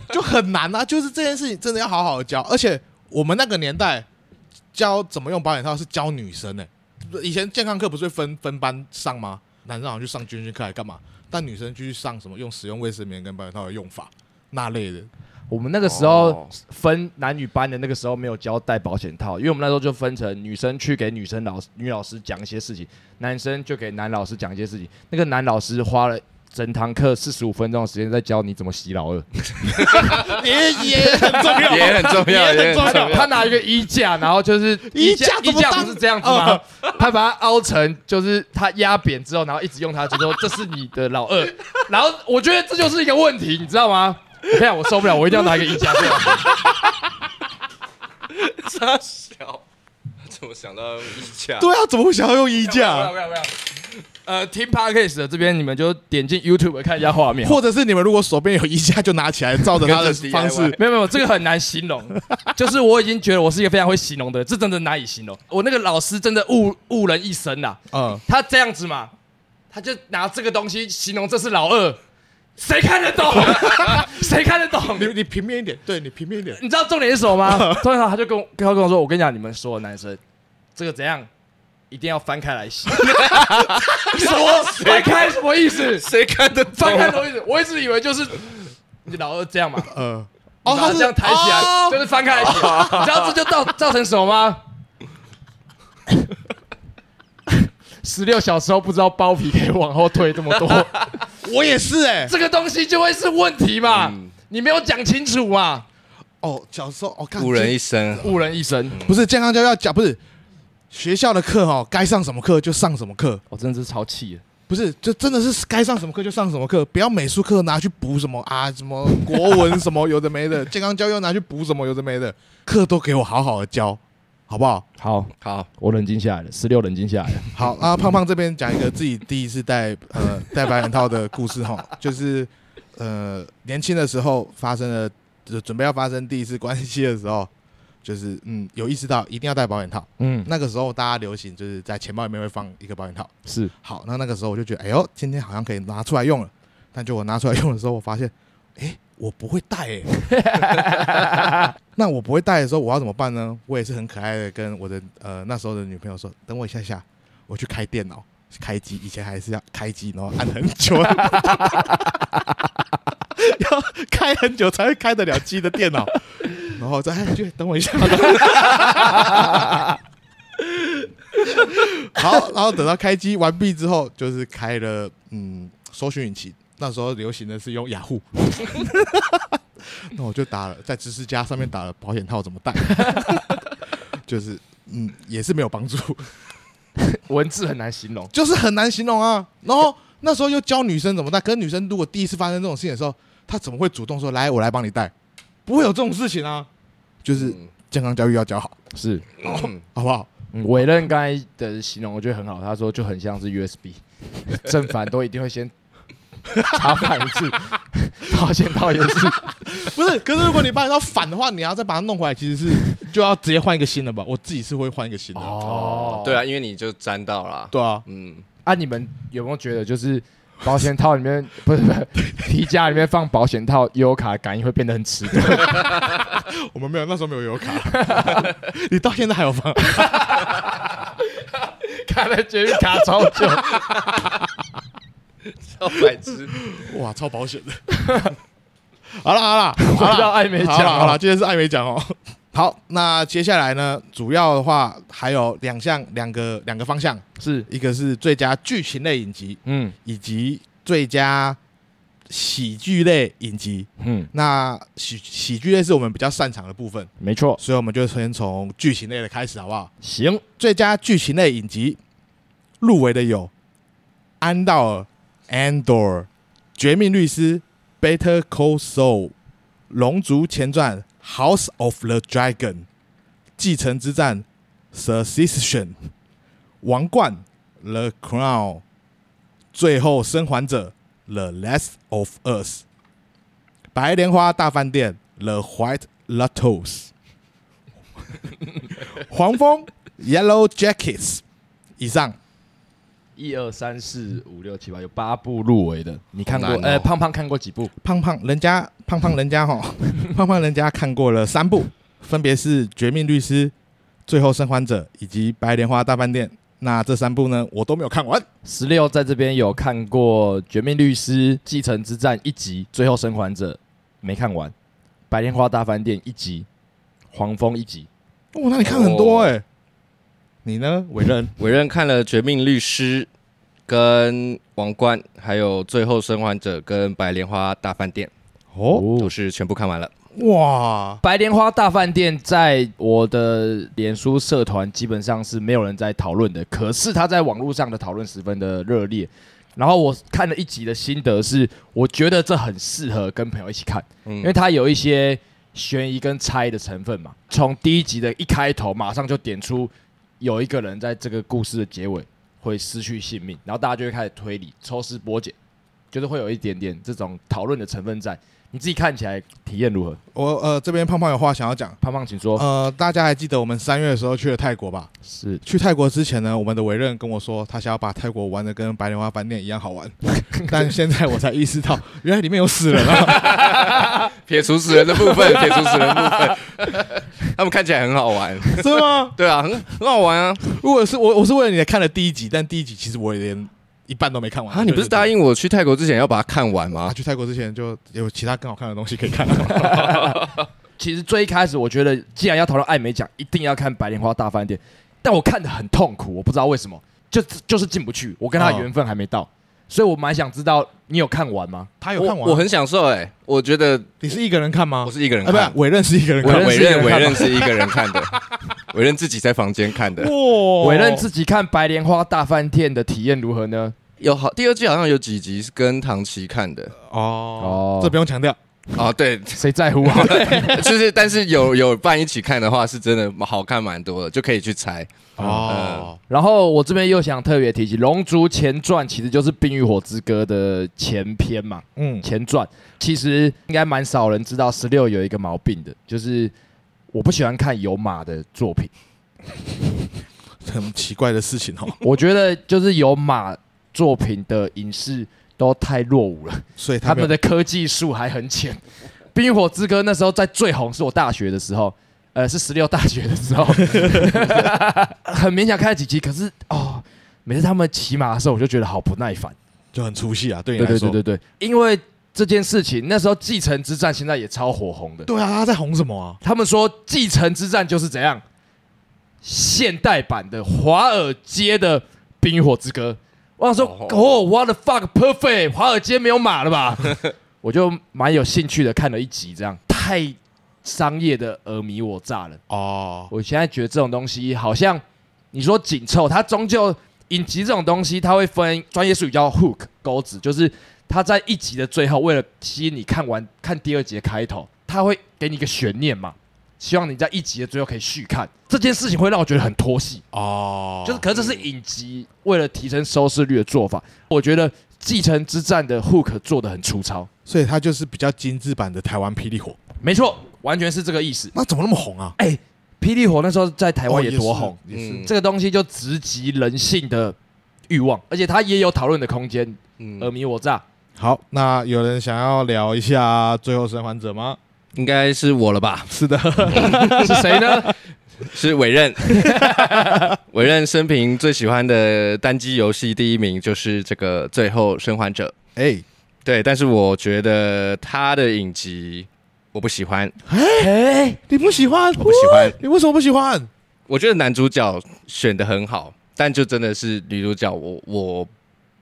就很难啊。就是这件事情真的要好好地教，而且我们那个年代教怎么用保险套是教女生呢、以前健康课不是会分分班上吗？男生好像去上军训课来干嘛？但女生去上什么用使用卫生棉跟保险套的用法那类的。
我们那个时候
哦
分男女班的那个时候没有教戴保险套，因为我们那时候就分成女生去给女生老师、女老师讲一些事情，男生就给男老师讲一些事情。那个男老师花了整堂课四十五分钟的时间在教你怎么洗老 二，
也也很啊重要，
也很重要，
也
也
很
很
重
重
要
要。
他拿一个衣架，然后就是
衣架
衣
怎么
架
当哦
不是这样子吗？他把它凹成，就是他压扁之后，然后一直用它，就说这是你的老二。然后我觉得这就是一个问题，你知道吗？我跟你讲，我受不了，我一定要拿一个衣架这样。
傻小，怎么想到衣架？
对啊，怎么会想要用衣
不
架啊
要？不要不要！呃，听 podcast 的这边你们就点进 YouTube 看一下画面。
或者是你们如果手边有衣架，就拿起来，照着他的
跟着 DIY
方式。
没有没有，这个很难形容。就是我已经觉得我是一个非常会形容的人，这真的难以形容。我那个老师真的误误人一生啊呐、
嗯，
他这样子嘛，他就拿这个东西形容这是老二，谁看得懂？谁看得懂
你？你平面一点，对你平面一点。
你知道重点是什么吗？重点是他就跟我他跟我说，我跟你讲，你们所有男生，这个怎样？一定要翻开来洗。 什么？翻开什么意思？
谁看得
翻开什么意思？我一直以为就是你老二这样嘛，
呃，
哦，他哦这样抬起来，就是翻开来洗。 你知道这就造造成什么吗？ 十六小时后不知道包皮可以往后退这么 多，
我也是哎、
这个东西就会是问题嘛
嗯？
你没有讲清楚嘛？
哦，小时候哦，看
五人一生？
误人一生。
不是健康教育要讲，不是学校的课哦，该上什么课就上什么课，
我真的是超气的。
不是就真的是该上什么课就上什么课，不要美术课拿去补什么啊，什么国文什么有的 没的，健康教育拿去补什么有的没的，课都给我好好的教，好不好？
好，
好，
我冷静下来了，十六冷静下来了。
好啊，胖胖这边讲一个自己第一次戴呃戴白手套的故事哈， 就是呃年轻的时候发生了，就准备要发生第一次关系的时候，就是嗯有意识到一定要戴保险套。
嗯，
那个时候大家流行就是在钱包里面会放一个保险套。
是
好，那那个时候我就觉得，哎呦，今天好像可以拿出来用了。但就我拿出来用的时候，我发现，哎，我不会欸戴哎、 那我不会戴的时候，我要怎么办呢？我也是很可爱的跟我的呃那时候的女朋友说，等我一下下，我去开电脑。开机以前还是要开机，然后按很久，要 开很久才会开得了机的电脑，然后再哎，去等我一下， 好，然后等到开机完毕之后，就是开了嗯搜寻引擎，那时候流行的是用雅虎， 那我就打了在知识家上面打了保险套怎么戴， 就是嗯也是没有帮助，
文字很难形容。
就是很难形容啊。然后那时候又教女生怎么戴，可是女生如果第一次发生这种事情的时候，她怎么会主动说来我来帮你戴？不会有这种事情啊，就是
嗯
健康教育要教好，
是，
嗯
好不好？
嗯委任刚才的形容我觉得很好，他说就很像是 USB，正反都一定会先查反一次，保险套也是。
不是，可是如果你把它反的话，你要再把它弄回来，其实是 就要直接换一个新的吧。我自己是会换一个新的。
哦，
对啊，因为你就沾到 啦。
对啊，
嗯，
啊，你们有没有觉得就是保险套里面不是不是皮夹里面放保险套，优卡感应会变得很迟钝？
我们没有那时候没有油卡， 你到现在还有放？
卡在监狱卡超久。
超白痴。
哇，超保险的。 好了好了，好
我知道
了，
艾美
好
讲哦
了好了，
了，
今天是艾美奖哦。 好，那接下来呢，主要的话还有两项，两个两个方向，
是
一个是最佳剧情类影集，
嗯
以及最佳喜剧类影集。
嗯，
那喜喜剧类是我们比较擅长的部分，
没错，
所以我们就先从剧情类的开始，好不好？
行，
最佳剧情类影集入围的有《安道尔》（Andor）、《绝命律师》（Better Call Saul）、《龙族前传》（House of the Dragon）、《继承之战》（Succession）、《王冠》（The Crown》、《最后生还者》（The Last of Us）、《白莲花大饭店》（The White Lotus）。黄蜂 （Yellow Jackets）。以上
一二三四五六七八，有八部入围的，你看过
好？难哦
呃，胖胖看过几部？
胖胖人家胖胖人家 哈，胖胖人家看过了三部，分别是《绝命律师》《最后生还者》以及《白莲花大饭店》。那这三部呢，我都没有看完。
十六在这边有看过《绝命律师》《继承之战》一集，《最后生还者》没看完，《白莲花大饭店》一集，《黄蜂》一集，
哦，那你看很多哎、你呢，伟人？
委任看了《绝命律师》、跟《王冠》，还有《最后生还者》跟《白莲花大饭店》，
哦，
都是全部看完了。
哇，
白莲花大饭店在我的脸书社团基本上是没有人在讨论的，可是它在网络上的讨论十分的热烈。然后我看了一集的心得是，我觉得这很适合跟朋友一起看，
嗯
因为它有一些悬疑跟猜的成分嘛。从第一集的一开头，马上就点出有一个人在这个故事的结尾会失去性命，然后大家就会开始推理、抽丝剥茧，就是会有一点点这种讨论的成分在。你自己看起来体验如何？
我呃这边胖胖有话想要讲，
胖胖，请说。
呃，大家还记得我们三月的时候去了泰国吧？
是，
去泰国之前呢，我们的委任跟我说，他想要把泰国玩的跟白莲花饭店一样好 玩，但现在我才意识到，原来里面有死人啊！
撇除死人的部分， 撇除死人的部分， 他们看起来很好玩，
是吗？
对啊，很很好玩 啊！
如果是我，我是为了你才看了第一集，但第一集其实我连一半都没看完。
啊，你不是答
应
应我去泰国之前要把它看完
啊？
吗？
去泰国之前就有其他更好看的东西可以看。啊
其实最一开始我觉得，既然要讨论艾美奖，一定要看《白莲花大饭店》，但我看的很痛苦，我不知道为什么，就就是进不去，我跟他的缘分还没到，所以我蛮想知道你有看完吗？
他有
我
看完？
我很享受哎，我觉得
你是一个人看吗？
我是一个人
啊，不
看
是，，委任是一个人
委
看。
任委
是一个人
任
看吗
委任是一个人看 的，委任自己在房间看的。
哇
委任自己看《白莲花大饭店》的体验如何呢？
有好第二季好像有几集是跟唐琪看的
哦
哦
这不用强调。
哦，对，
谁在乎啊？
就是但是有有伴一起看的话，是真的好看蛮多的，就可以去猜。
哦，
然后我这边又想特别提及，《龙族前传》其实就是《冰与火之歌》的前篇嘛，
嗯，
前传其实应该蛮少人知道，十六有一个毛病的，就是我不喜欢看有马的作品。
很奇怪的事情哦，
我觉得就是有马作品的影视都太落伍了，
所以
他
没有
们的科技树还很浅。《冰与火之歌》那时候在最红，是我大学的时候，呃，是十六大学的时候， 很勉强看了几集。可是哦，每次他们骑马的时候，我就觉得好不耐烦。
就很出戏啊，对你
对
来
对
说
对。对对，因为这件事情，那时候继承之战现在也超火红的。
对啊，他在红什么啊？
他们说继承之战就是怎样，现代版的华尔街的《冰与火之歌》。我想说，哦、w h a t the fuck perfect，华尔街没有马了吧？ 我就蛮有兴趣的看了一集，这样太商业的尔迷我炸了。
哦，
我现在觉得这种东西好像你说紧凑，它终究影集这种东西，它会分专业术语叫 hook 钩子，就是它在一集的最后，为了吸引你看完看第二集的开头，它会给你一个悬念嘛，希望你在一集的最后可以续看。这件事情会让我觉得很拖戏，
哦，
就是可是这是影集为了提升收视率的做法，我觉得《继承之战》的 hook 做的很粗糙，
所以他就是比较精致版的台湾霹雳火。
没错，完全是这个意思。
那怎么那么红啊？
哎，霹雳火那时候在台湾
哦
也多红。，
也是
嗯
也是
这个东西就直击人性的欲望，而且它也有讨论的空间，
嗯
尔，迷我诈。
好，那有人想要聊一下《最后生还者》吗？
应该 是我了吧？
是的，
嗯
是 谁呢？
是委 任，委任生平最喜欢的单机游戏第一名就是这个《最后生还者》。
哎，
对，但是我觉得他的影集我不喜欢，
哎，
你不喜欢？
我不喜欢。
你为什么不喜欢？
我觉得男主角选的很好，但就真的是女主角我，我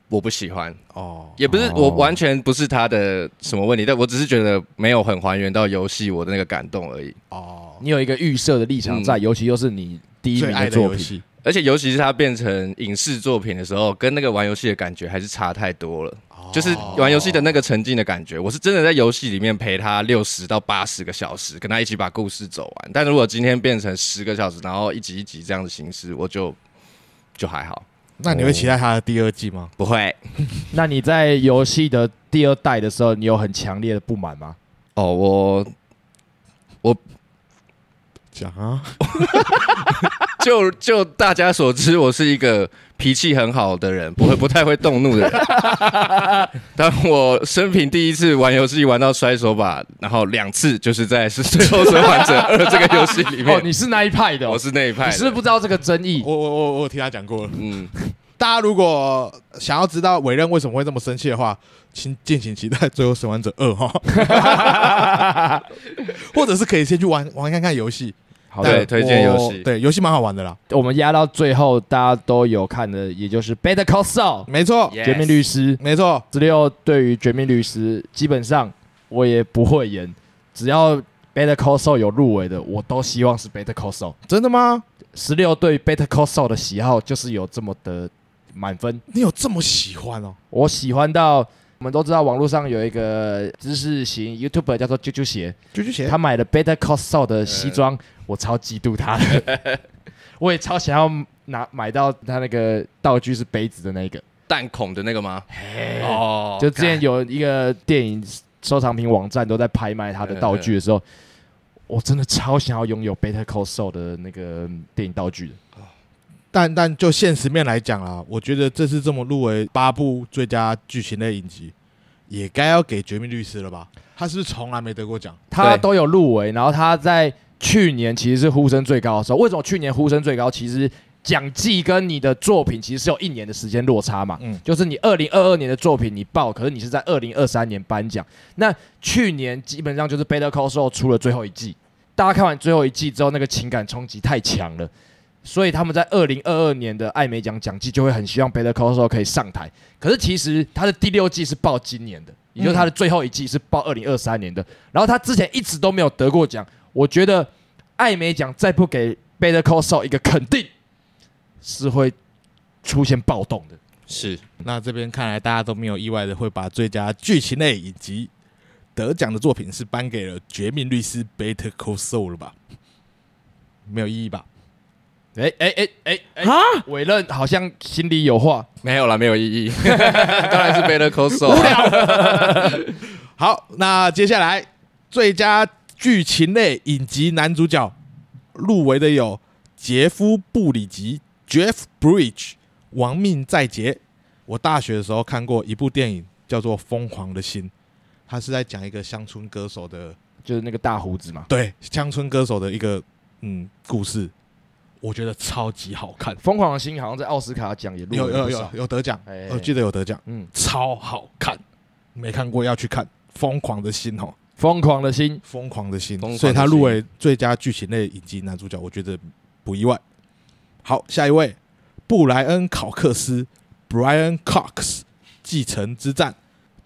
我不喜欢，
哦，
也不是、
哦
我完全不是他的什么问题，但我只是觉得没有很还原到游戏我的那个感动而已。
哦，
你有一个预设的立场在，
嗯
尤其又是你第一
最
名
爱的
作
游
品。
戏
而且尤其是他变成影视作品的时候，跟那个玩游戏的感觉还是差太多了。就是玩游戏的那个沉浸的感觉，我是真的在游戏里面陪他六十到八十个小时，跟他一起把故事走完。但如果今天变成十个小时，然后一集一集这样的形式，我就就还好，
那你会期待他的第二季吗？
不会。
那你在游戏的第二代的时候，你有很强烈的不满吗？
哦，我
讲啊，
就就大家所知，我是一个脾气很好的人，不会不太会动怒的人。 但我生平第一次玩游戏玩到摔手把，然后两次就是在《是最后生还者二》这个游戏里
哦，
面，
你是那一派的哦、
我是那一派的。
你是不是不知道这个争议。
我我我我有听他讲过了。
嗯，
大家如果想要知道委任为什么会这么生气的话，请敬请期待《最后生还者二》哈，或者是可以先去玩玩看看游戏。
好
对，
的，
推荐游
我
戏。
对，游戏蛮好玩的啦，
我们压到最后，大家都有看的，也就是《Better Call Saul》
没错
Yes
绝命律师》。
没错，
十六对于《绝命律师》，基本上我也不会演，只要 Better Call Saul 有入围的，我都希望是 Better Call Saul。
真的吗？
十六对 Better Call Saul 的喜好就是有这么的满分，
你有这么喜欢哦？
我喜欢到我们都知道网络上有一个知识型 YouTuber 叫做啾啾鞋，
啾啾鞋
他买了 Better Call Saul 的西装，我超嫉妒他的，我也超想要拿买到他那个道具是杯子的那个。
弹孔的那个吗？哦
就之前有一个电影收藏品网站都在拍卖他的道具的时候，我真的超想要拥有 Better Call Saul 的那个电影道具的。
但但就现实面来讲啦，我觉得这次这么入围八部最佳剧情类影集，也该要给《绝命律师》了吧？他是不是从来没得过奖？
他都有入围，然后他在去年其实是呼声最高的时候。为什么去年呼声最高？其实奖季跟你的作品其实是有一年的时间落差嘛。
嗯
就是你二零二二年的作品你报，可是你是在二零二三年颁奖。那去年基本上就是《Better Call Saul》出了最后一季，大家看完最后一季之后，那个情感冲击太强了。所以他们在二零二二年的艾美奖奖季就会很希望《Better Call Saul》可以上台，可是其实他的第六季是报今年的，也就是他的最后一季是报二零二三年的。然后他之前一直都没有得过奖，我觉得艾美奖再不给《Better Call Saul》一个肯定，是会出现暴动的。
是
那这边看来大家都没有意外的会把最佳剧情类影集得奖的作品是颁给了《绝命律师》Better Call Saul 了吧？没有意义吧？
哎哎哎哎哎！委任好像心里有话，
没有啦，没有意义， 当然是 Better Call Saul 啊。
好，那接下来最佳剧情类影集男主角入围的有杰夫·布里吉 （Jeff Bridge），《亡命在劫》。我大学的时候看过一部电影，叫做《疯狂的心》，它是在讲一个乡村歌手的
就是那个大胡子嘛，
对乡村歌手的一个嗯故事，我觉得超级好看，
《疯狂的心》好像在奥斯卡奖也入
有
围了
有
不
有
少。
有得奖
哎，
呃我记得有得奖，
嗯，
超好看，没看过要去看《疯狂的心》哦。
疯狂的心，
疯狂的心
疯狂，的
所以他入围最佳剧情类影集男主角，我觉得不意外。好，下一位，布莱恩·考克斯 （Brian Cox），《继承之战》，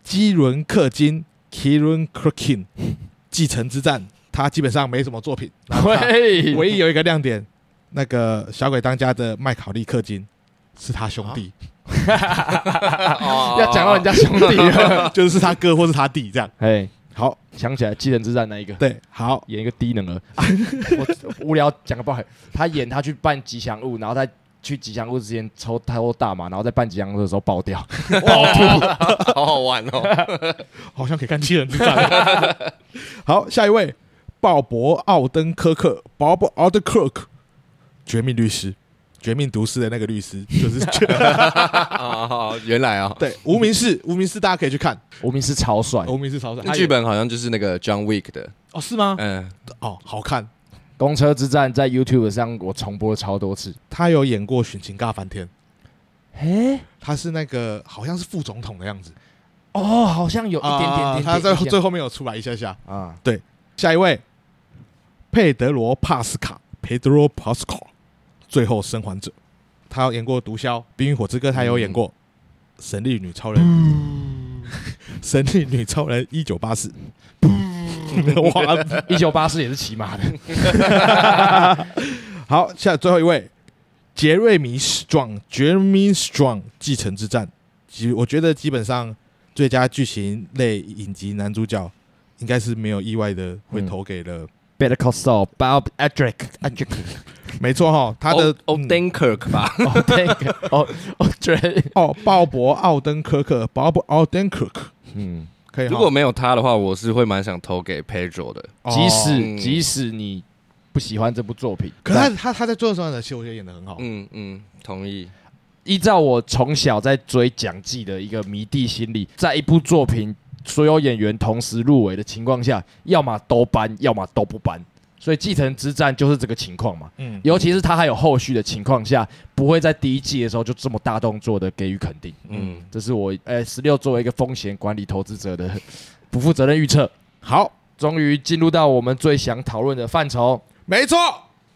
基伦·克金 （Kieran Culkin），《继承之战》，他基本上没什么作品，然后他
喂，
唯一有一个亮点，那个《小鬼当家》的麦考利·克金是他兄弟，
哦
要讲到人家兄弟
啊
了。
就是是他哥或是他弟这样。
哎，
好，
想起来《继承之战》那一个，
对，好，
演一个低能儿， 我无聊讲个不好，他演他去办吉祥物，然后在去吉祥物之前抽抽大麻，然后在办吉祥物的时候爆掉。
好好玩 哦。
好像可以看七人之战。 好，下一位，鲍勃·奥登科克 （Bob Odenkirk），《绝命律师》《绝命毒师》的那个律师，就是 绝
啊，好原来啊，
对无名氏，无名氏大家可以去看，
无名是超帅，
哦无名氏超帅，
剧本好像就是那个 John Wick 的，
哦是吗？
嗯，
哦，好看，
公车之战在 YouTube 上我重播了超多次。
他有演过《寻情尬翻天》，
哎，
他是那个好像是副总统的样子，
哦，好像有一点点点
啊
点，
他在
点点
最后面有出来一下下。
啊，
下一位，佩德罗·帕斯卡 （Pedro Pascal），最后生还者，他有演过《毒枭》《冰与火之歌》，他有演过《神力女超人》 神力女超人》一九八四。 哇，
一九八四也是骑马的，
好，下最后一位，杰瑞米·史壮 （Jeremy Strong），《继承之战》基，我觉得基本上最佳剧情类影集男主角应该是没有意外的会
嗯
投给了，
Better Call Saul Bob Adrick
没错哈，他的
O
嗯
Dunkirk 吧，
哦对哦哦 Adrick
哦，鲍勃·奥登科克 （Bob Odenkirk）
嗯，
可以哈。
如果没有他的话，我是会蛮想投给 Pedro 的。
哦
即使
嗯
即使你不喜欢这部作品，
可是他他他在做的时候呢，其实我觉得演的很好。
嗯嗯，同意。
依照我从小在追蒋记的一个迷弟心理，在一部作品所有演员同时入围的情况下，要么都颁，要么都不颁。所以《继承之战》就是这个情况嘛，
嗯，
尤其是他还有后续的情况下，不会在第一季的时候就这么大动作的给予肯定。
嗯，
这是我呃十六作为一个风险管理投资者的 不负责任预测。好，终于进入到我们最想讨论的范畴。
没错，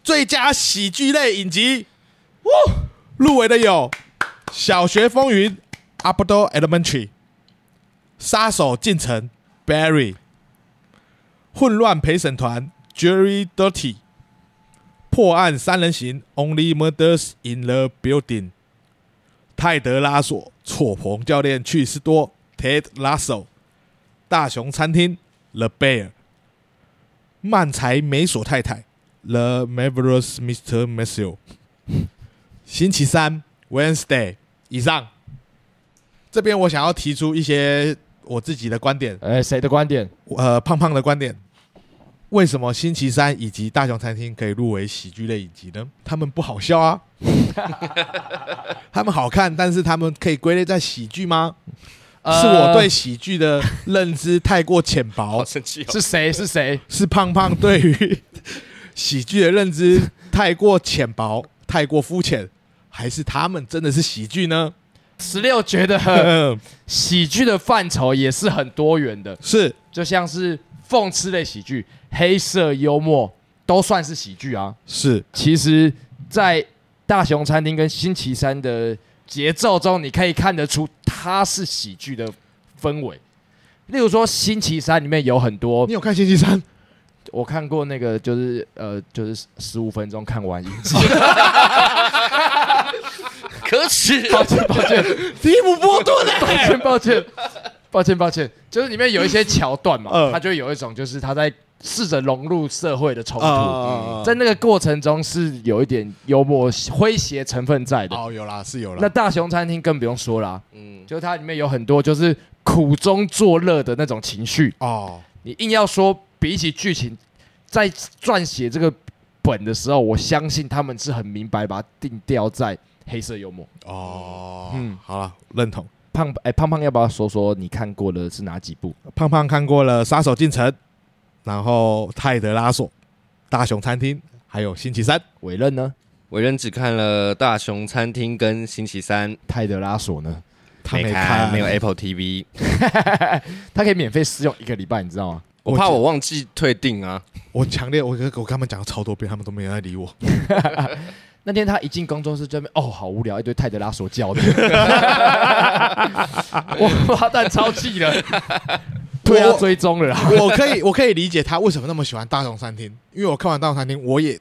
最佳喜剧类影集，哇，入围的有《小学风云》（Abdo Elementary）、《杀手进城》（Barry）、《混乱陪审团》（Jury Dirty》、《破案三人行》（Only Murders in the Building）、泰德拉索、错棚教练去士多 （Ted Lasso）、大熊餐厅 （The Bear）、漫才美索太太 The Marvelous Mr. m a s s e w 星期三 Wednesday 以上，这边我想要提出一些我自己的观点，
哎，谁的观点？
呃，胖胖的观点，为什么星期三以及大雄餐厅可以入围喜剧类影集呢？他们不好笑啊， 他们好看，但是他们可以归类在喜剧吗？
呃
是我对喜剧的认知太过浅薄
好，生气哦！
是谁是谁？
是胖胖对于 喜剧的认知太过浅薄、太过肤浅，还是他们真的是喜剧呢？
十六觉得 喜剧的范畴也是很多元 的，
是
就像是讽刺类喜剧、黑色幽默都算是喜剧啊。
是，
其实，在大雄餐厅跟星期三的节奏中，你可以看得出它是喜剧的氛围。例如说，星期三里面有很多
你有看星期三？
我看过那个，就是呃，就是十五分钟看完一集，
可耻！
抱歉抱歉
提姆波顿
抱歉抱歉抱歉抱歉，就是里面有一些桥段嘛，
嗯
他就有一种就是他在试着融入社会的冲突，
啊，
在那个过程中是有一点幽默诙谐成分在的。
哦，有啦，是有
那
啦。
大雄餐厅更不用说啦、
嗯，
就是它里面有很多就是苦中作乐的那种情绪。
哦，
你硬要说比起剧情，在撰写这个本的时候，我相信他们是很明白把它定调在黑色幽默。
哦，嗯
嗯，
好了，认同。
胖哎、胖胖要不要说说你看过的是哪几部？
胖胖看过了《杀手进城》，然后《泰德拉索》、《大熊餐厅》，还有《星期三》。
委任呢？
伟人只看了《大熊餐厅》跟《星期三》，
泰德拉索呢？
他没
看，
看，
没有 Apple TV，
他可以免费试用一个礼拜，你知道吗？
我怕我忘记退订啊。
我强烈，我跟我跟他们讲了超多遍，他们都没有在理我。
那天他一进工作室这边，哦，好无聊，一堆泰德拉索教 的，我花蛋超气 了，对啊，追踪了啦。
我可以，我可以理解他为什么那么喜欢大熊餐厅，因为我看完大熊餐厅，我也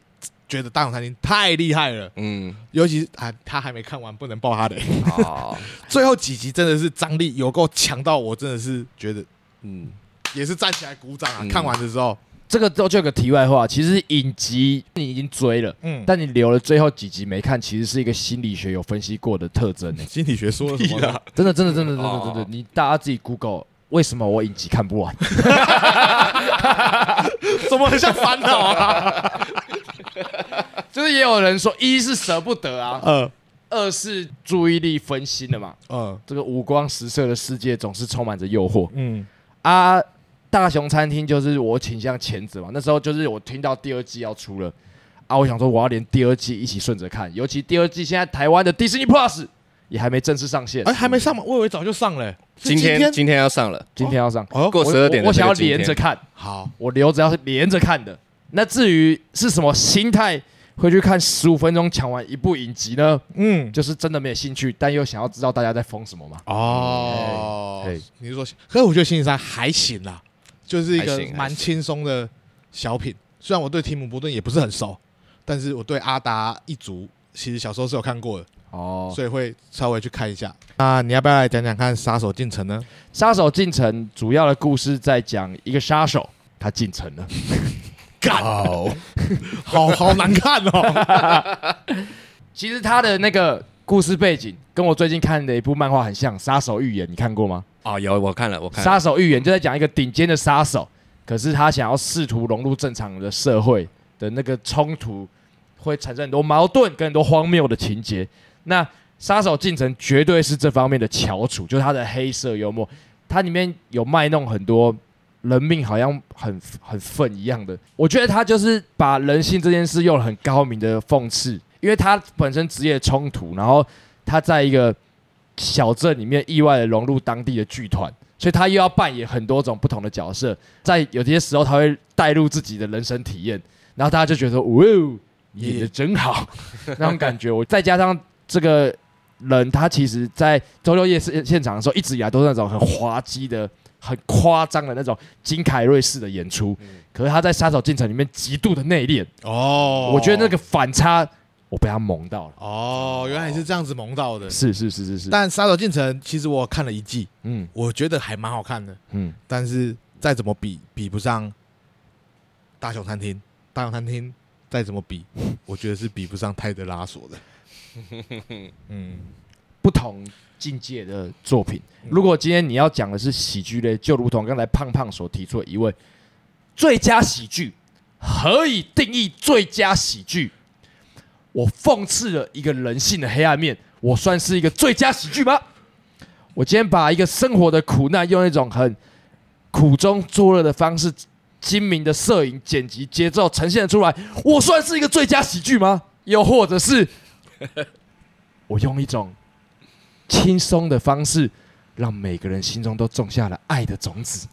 觉得大熊餐厅太厉害了，
嗯，
尤其是啊，他还没看完，不能爆他的、
好，
最后几集真的是张力有够强到我真的是觉得
嗯，
也是站起来鼓掌啊！
嗯
看完的时候，
这个就就有个题外话，其实影集你已经追了，
嗯，
但你留了最后几集没看，其实是一个心理学有分析过的特征、欸。
心理学说了什么呢？
真的，真的，真的，真的，
哦
真的，你大家自己 Google 为什么我影集看不 完？
怎么很像烦恼啊？
就是也有人说，一是舍不得啊，
呃
二是注意力分心了嘛。
呃
这个五光十色的世界总是充满着诱惑
嗯
啊。大熊餐厅就是我倾向前者嘛，那时候就是我听到第二季要出了啊，我想说我要连第二季一起顺着看，尤其第二季现在台湾的 Disney Plus 也还没正式上线，
哎、还没上吗？我以为早就上了、是
今天
天
今天要上了，
今天要上，
哦
过
我
十二点的
我我
这
想
个
要
今天
连着看，
好
我留着要是连着看的。那至于是什么心态会去看十五分钟抢完一部影集呢？
嗯
就是真的没有兴趣，但又想要知道大家在疯什么嘛。
哦
哎哎，
你是说？可是我觉得星期三还行啦，就是一
还
个
行还
蛮
行
轻松的小品。虽然我对提姆·伯顿也不是很熟，但是我对阿达一族其实小时候是有看过的，
哦，
所以会稍微去看一下。那你要不要来讲讲看《杀手进城》呢？
杀手进城主要的故事在讲一个杀手，他进城了，
干， 好好难看哦。
其实他的那个故事背景跟我最近看的一部漫画很像，《杀手预言》，你看过吗？
哦，有我看了，我
《
看了，
杀手预言》就在讲一个顶尖的杀手，可是他想要试图融入正常的社会的那个冲突，会产生很多矛盾跟很多荒谬的情节。那《杀手进城》绝对是这方面的翘楚，就是他的黑色幽默，它里面有卖弄很多人命好像很很愤一样的。我觉得他就是把人性这件事用了很高明的讽刺，因为他本身职业冲突，然后他在一个小镇里面意外的融入当地的剧团，所以他又要扮演很多种不同的角色，在有些时候他会带入自己的人生体验，然后大家就觉得哇哦，你演的真 好，那种感觉。我再加上这个人，他其实在周六夜市现场的时候，一直以来都是那种很滑稽的、很夸张的那种金凯瑞式的演出，
嗯
可是他在《杀手进城》里面极度的内敛，
哦
我觉得那个反差，我被他萌到了。
哦，原来是这样子萌到的。
是是是是是，
但《杀手进城》其实我看了一季，
嗯
我觉得还蛮好看的。
嗯，
但是再怎么比，比不上大熊餐厅。大熊餐厅 再怎么比，我觉得是比不上泰德拉索的。嗯，
不同境界的作品。如果今天你要讲的是喜剧类，就如同刚才胖胖所提出的一位，最佳喜剧何以定义最佳喜剧？我讽刺了一个人性的黑暗面，我算是一个最佳喜剧吗？我今天把一个生活的苦难，用一种很苦中作乐的方式，精明的摄影、剪辑、节奏呈现出来，我算是一个最佳喜剧吗？又或者是我用一种轻松的方式，让每个人心中都种下了爱的种子。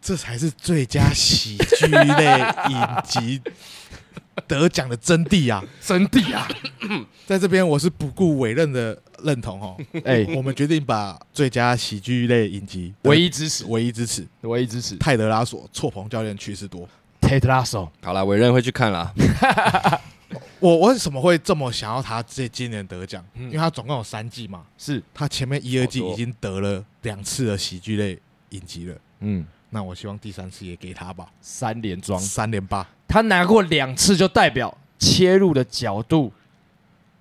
这才是最佳喜剧类影集得奖的真谛啊！
真谛啊！
在这边我是不顾委任的认同 哦，
哎、
我们决定把最佳喜剧类影集得
唯一支持，
唯一支持
唯一支持
泰德拉索错棚教练去世多。
Ted Lasso。
好啦，委任会去看啦。
我我为什么会这么想要他这今年得奖？
嗯
因为他总共有三季嘛，
是，
他前面一二季
好多
已经得了两次的喜剧类影集了，
嗯，
那我希望第三次也给他吧，
三连庄，
三连八。
他拿过两次，就代表切入的角度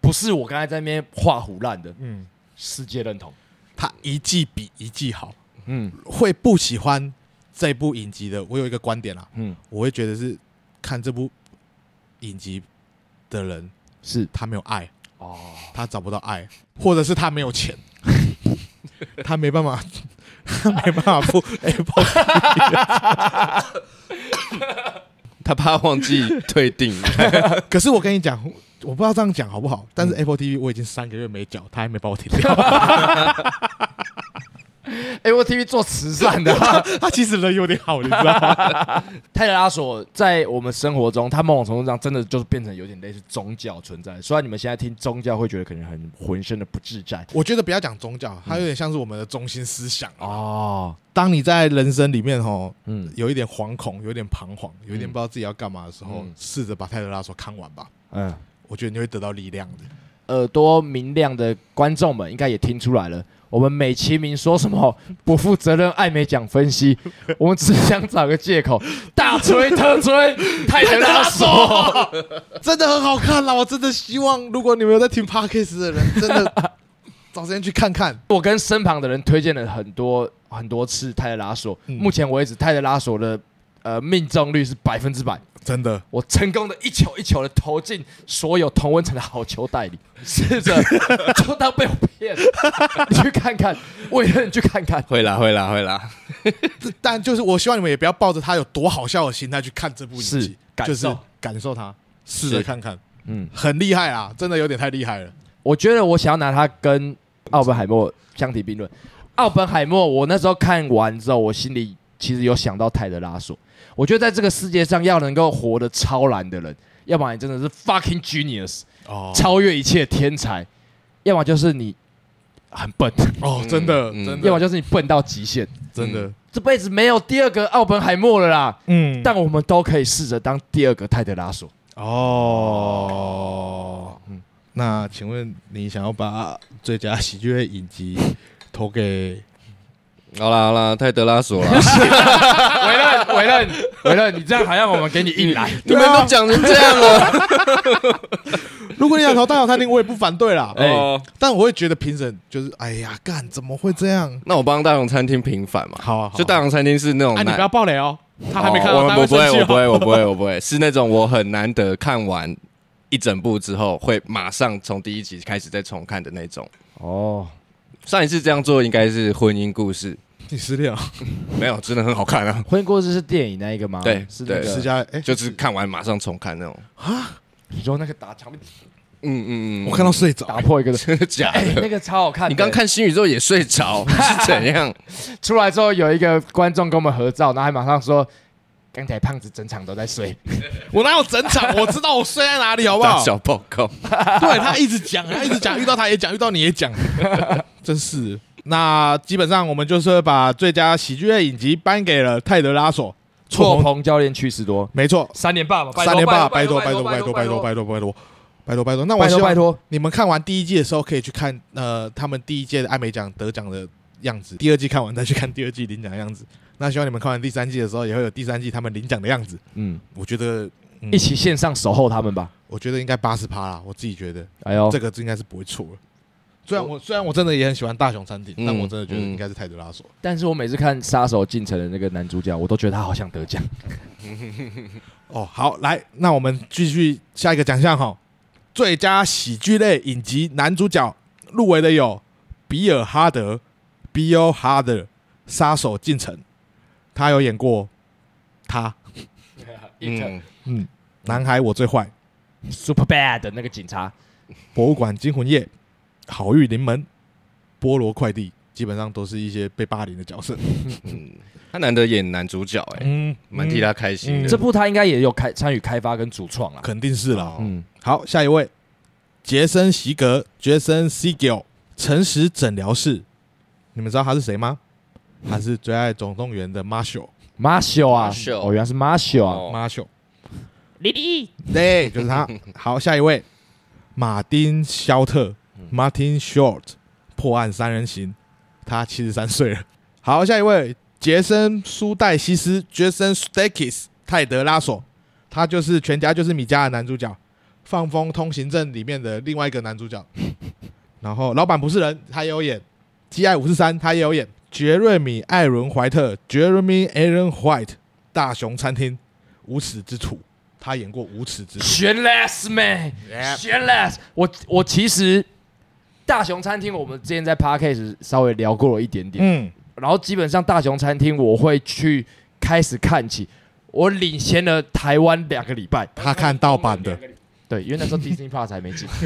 不是我刚才在那边画胡乱的，
嗯，
世界认同。
他一季比一季好。
嗯
会不喜欢这部影集的，我有一个观点啦，啊
嗯，
我会觉得是看这部影集的人，
是
他没有爱，
哦，
他找不到爱，或者是他没有 钱，他没办法， 他没办法付哎 Apple，
他怕忘记退订，
可是我跟你讲。我不知道这样讲好不好，但是 Apple TV 我已经三个月没缴，他还没把我停掉。
哎，我 TV 做慈善 的、
他其实人有点好，你知道 吗？
泰德拉索在我们生活中，他某种程度上真的就是变成有点类似宗教存在。虽然你们现在听宗教会觉得可能很浑身的不自在
我觉得不要讲宗教，它有点像是我们的中心思想啊。
哦，
当你在人生里面吼，
嗯，
有一点惶恐，有一点彷徨，有一点不知道自己要干嘛的时候
嗯，
试着把泰德拉索看完吧。
嗯，
我觉得你会得到力量的。
耳朵明亮的观众们应该也听出来了，我们美其名说什么 不负责任艾美奖分 析，我们只想找个借口大吹特吹泰德拉 索。
真的很好看啦！我真的希望，如果你们有在听 podcast 的 人，真的找时间去看看。
我跟身旁的人推荐了很多很多次泰德拉索，
嗯
目前为止泰德拉索的呃命中率是百分之百。
真的，
我成功的一球一球的投进所有同温层的好球袋里，试 着就当被我骗了。你去看看，我也你去看看。
会啦会啦会啦。
这但就是我希望你们也不要抱着他有多好笑的心态去看这部影
是
集，
感
就
受
是感受它，试着
是
看看，
嗯，
很厉害啊！真的有点太厉害了。
我觉得我想要拿它跟奥本海默相提并论。奥本海默，我那时候看完之后，我心里其实有想到泰德拉索。我觉得在这个世界上，要能够活得超然的人，要不然你真的是 fucking genius，
哦
超越一切天才；要么就是你很笨，
哦，真的，
嗯
真
嗯
要么
的，
就是你笨到极限。
真的，
这辈子没有第二个奥本海默了啦，
嗯
但我们都可以试着当第二个泰德拉索。
哦，嗯，那请问你想要把最佳喜剧类影集投给？
好啦好啦，泰德拉索啦，
啊
委任，委任， 委任，你这样好像我们给你硬来。
你们都讲成这样哦了，
如果你想投大小餐厅，我也不反对啦。
哎
哦，
但我会觉得评审就是，哎呀，干怎么会这样？
那我帮大龙餐厅平反嘛。
好啊，
就大龙餐厅是那种
啊，你
难
不要暴雷哦，他还没看
哦
到，
我
他
我不会，
生气
我不
哦。
会，我不会，我不会， 是那种我很难得看完一整部之后，会马上从第一集开始再重看的那种。
哦，
上一次这样做应该是《婚姻故事
你失恋了？》，
没有，真的很好看啊，
婚姻故事是电影那一个吗？
对
是那
对
私
个。
家哎，
就是看完马上重看那种。
你说那个打墙壁
嗯嗯嗯，
我看到睡着
打。破一个 的，
真的假
哎，
的
那？个超好看的。
你刚看新宇宙也睡 着是怎样？
出来之后，有一个观众跟我们合照，然后还马上说。刚才胖子整场都在睡，
我哪有整场？我知道我睡在哪里，好不
打
好？
小报 告，
对他一直讲，他一直讲，遇到他也讲，遇到你也 讲，真是。那基本上我们就是会把最佳喜剧类影集颁给了泰德拉索，
错
错
棚教练去士多
没错，
三连霸吧
三连霸，拜托拜托拜托拜托拜托拜托拜托拜托。那我
拜
希
托
望
拜托，
你们看完第一季的时候，可以去看呃他们第一届的艾美奖得奖的样子，第二季看完再去看第二季领奖的样子。那希望你们看完第三季的时候，也会有第三季他们领奖的样子。
嗯，
我觉得、嗯
一，起线上守候他们吧。
我觉得应该八十趴啦，我自己觉得、
哦
哎呦
这，个应该是不会错了。虽然我虽然我真的也很喜欢大雄餐厅，
嗯
但我真的觉得应该是泰德拉索。
但是我每次看《杀手进城》的那个男主角，我都觉得他好想得奖。
哦，好，来，那我们继续下一个奖项哈，最佳喜剧类影集男主角入围的有比尔哈德 （Bill Hader）《杀手进城》，他有演过他
嗯，
嗯，男孩我最坏，
Super Bad 的那个警察，
博物馆惊魂夜、好运临门、菠萝快递，基本上都是一些被霸凌的角色。
他难得演男主角，哎，
嗯，
蛮替他开心
嗯
的。
这部他应该也有开参与开发跟主创啦。
肯定是啦。
嗯，
好，下一位，杰森·席格 （Jason Segel），诚实诊疗室，你们知道他是谁吗？他是最爱总动员的 Marshall，Marshall，、
Marshall 啊
Marshall
哦，原来是 Marshall 啊，
哦，
对，就是他。好，下一位，嗯马丁·肖特 （Martin Short），破案三人行，他七十三岁了。好，下一位，杰森·苏戴西斯 （Jason Sudeikis），泰德·拉索，他就是《全家就是米家》的男主角，《放风通行证》里面的另外一个男主 角。然后，老板不是人，他也有演《G I 五四三》，他也有演。杰瑞米·艾伦·怀特 （Jeremy Allen White），《大熊餐厅》《无耻之徒》，他演过《无耻之徒》。
Shameless man，Shameless。我我其实大熊餐厅，我们之前在 Podcast 稍微聊过了一点点，
嗯，
然后基本上大熊餐厅我会去开始看起，我领先了台湾两个礼拜。
他看盗版的，
对，因为那时候 Disney Plus 还没进，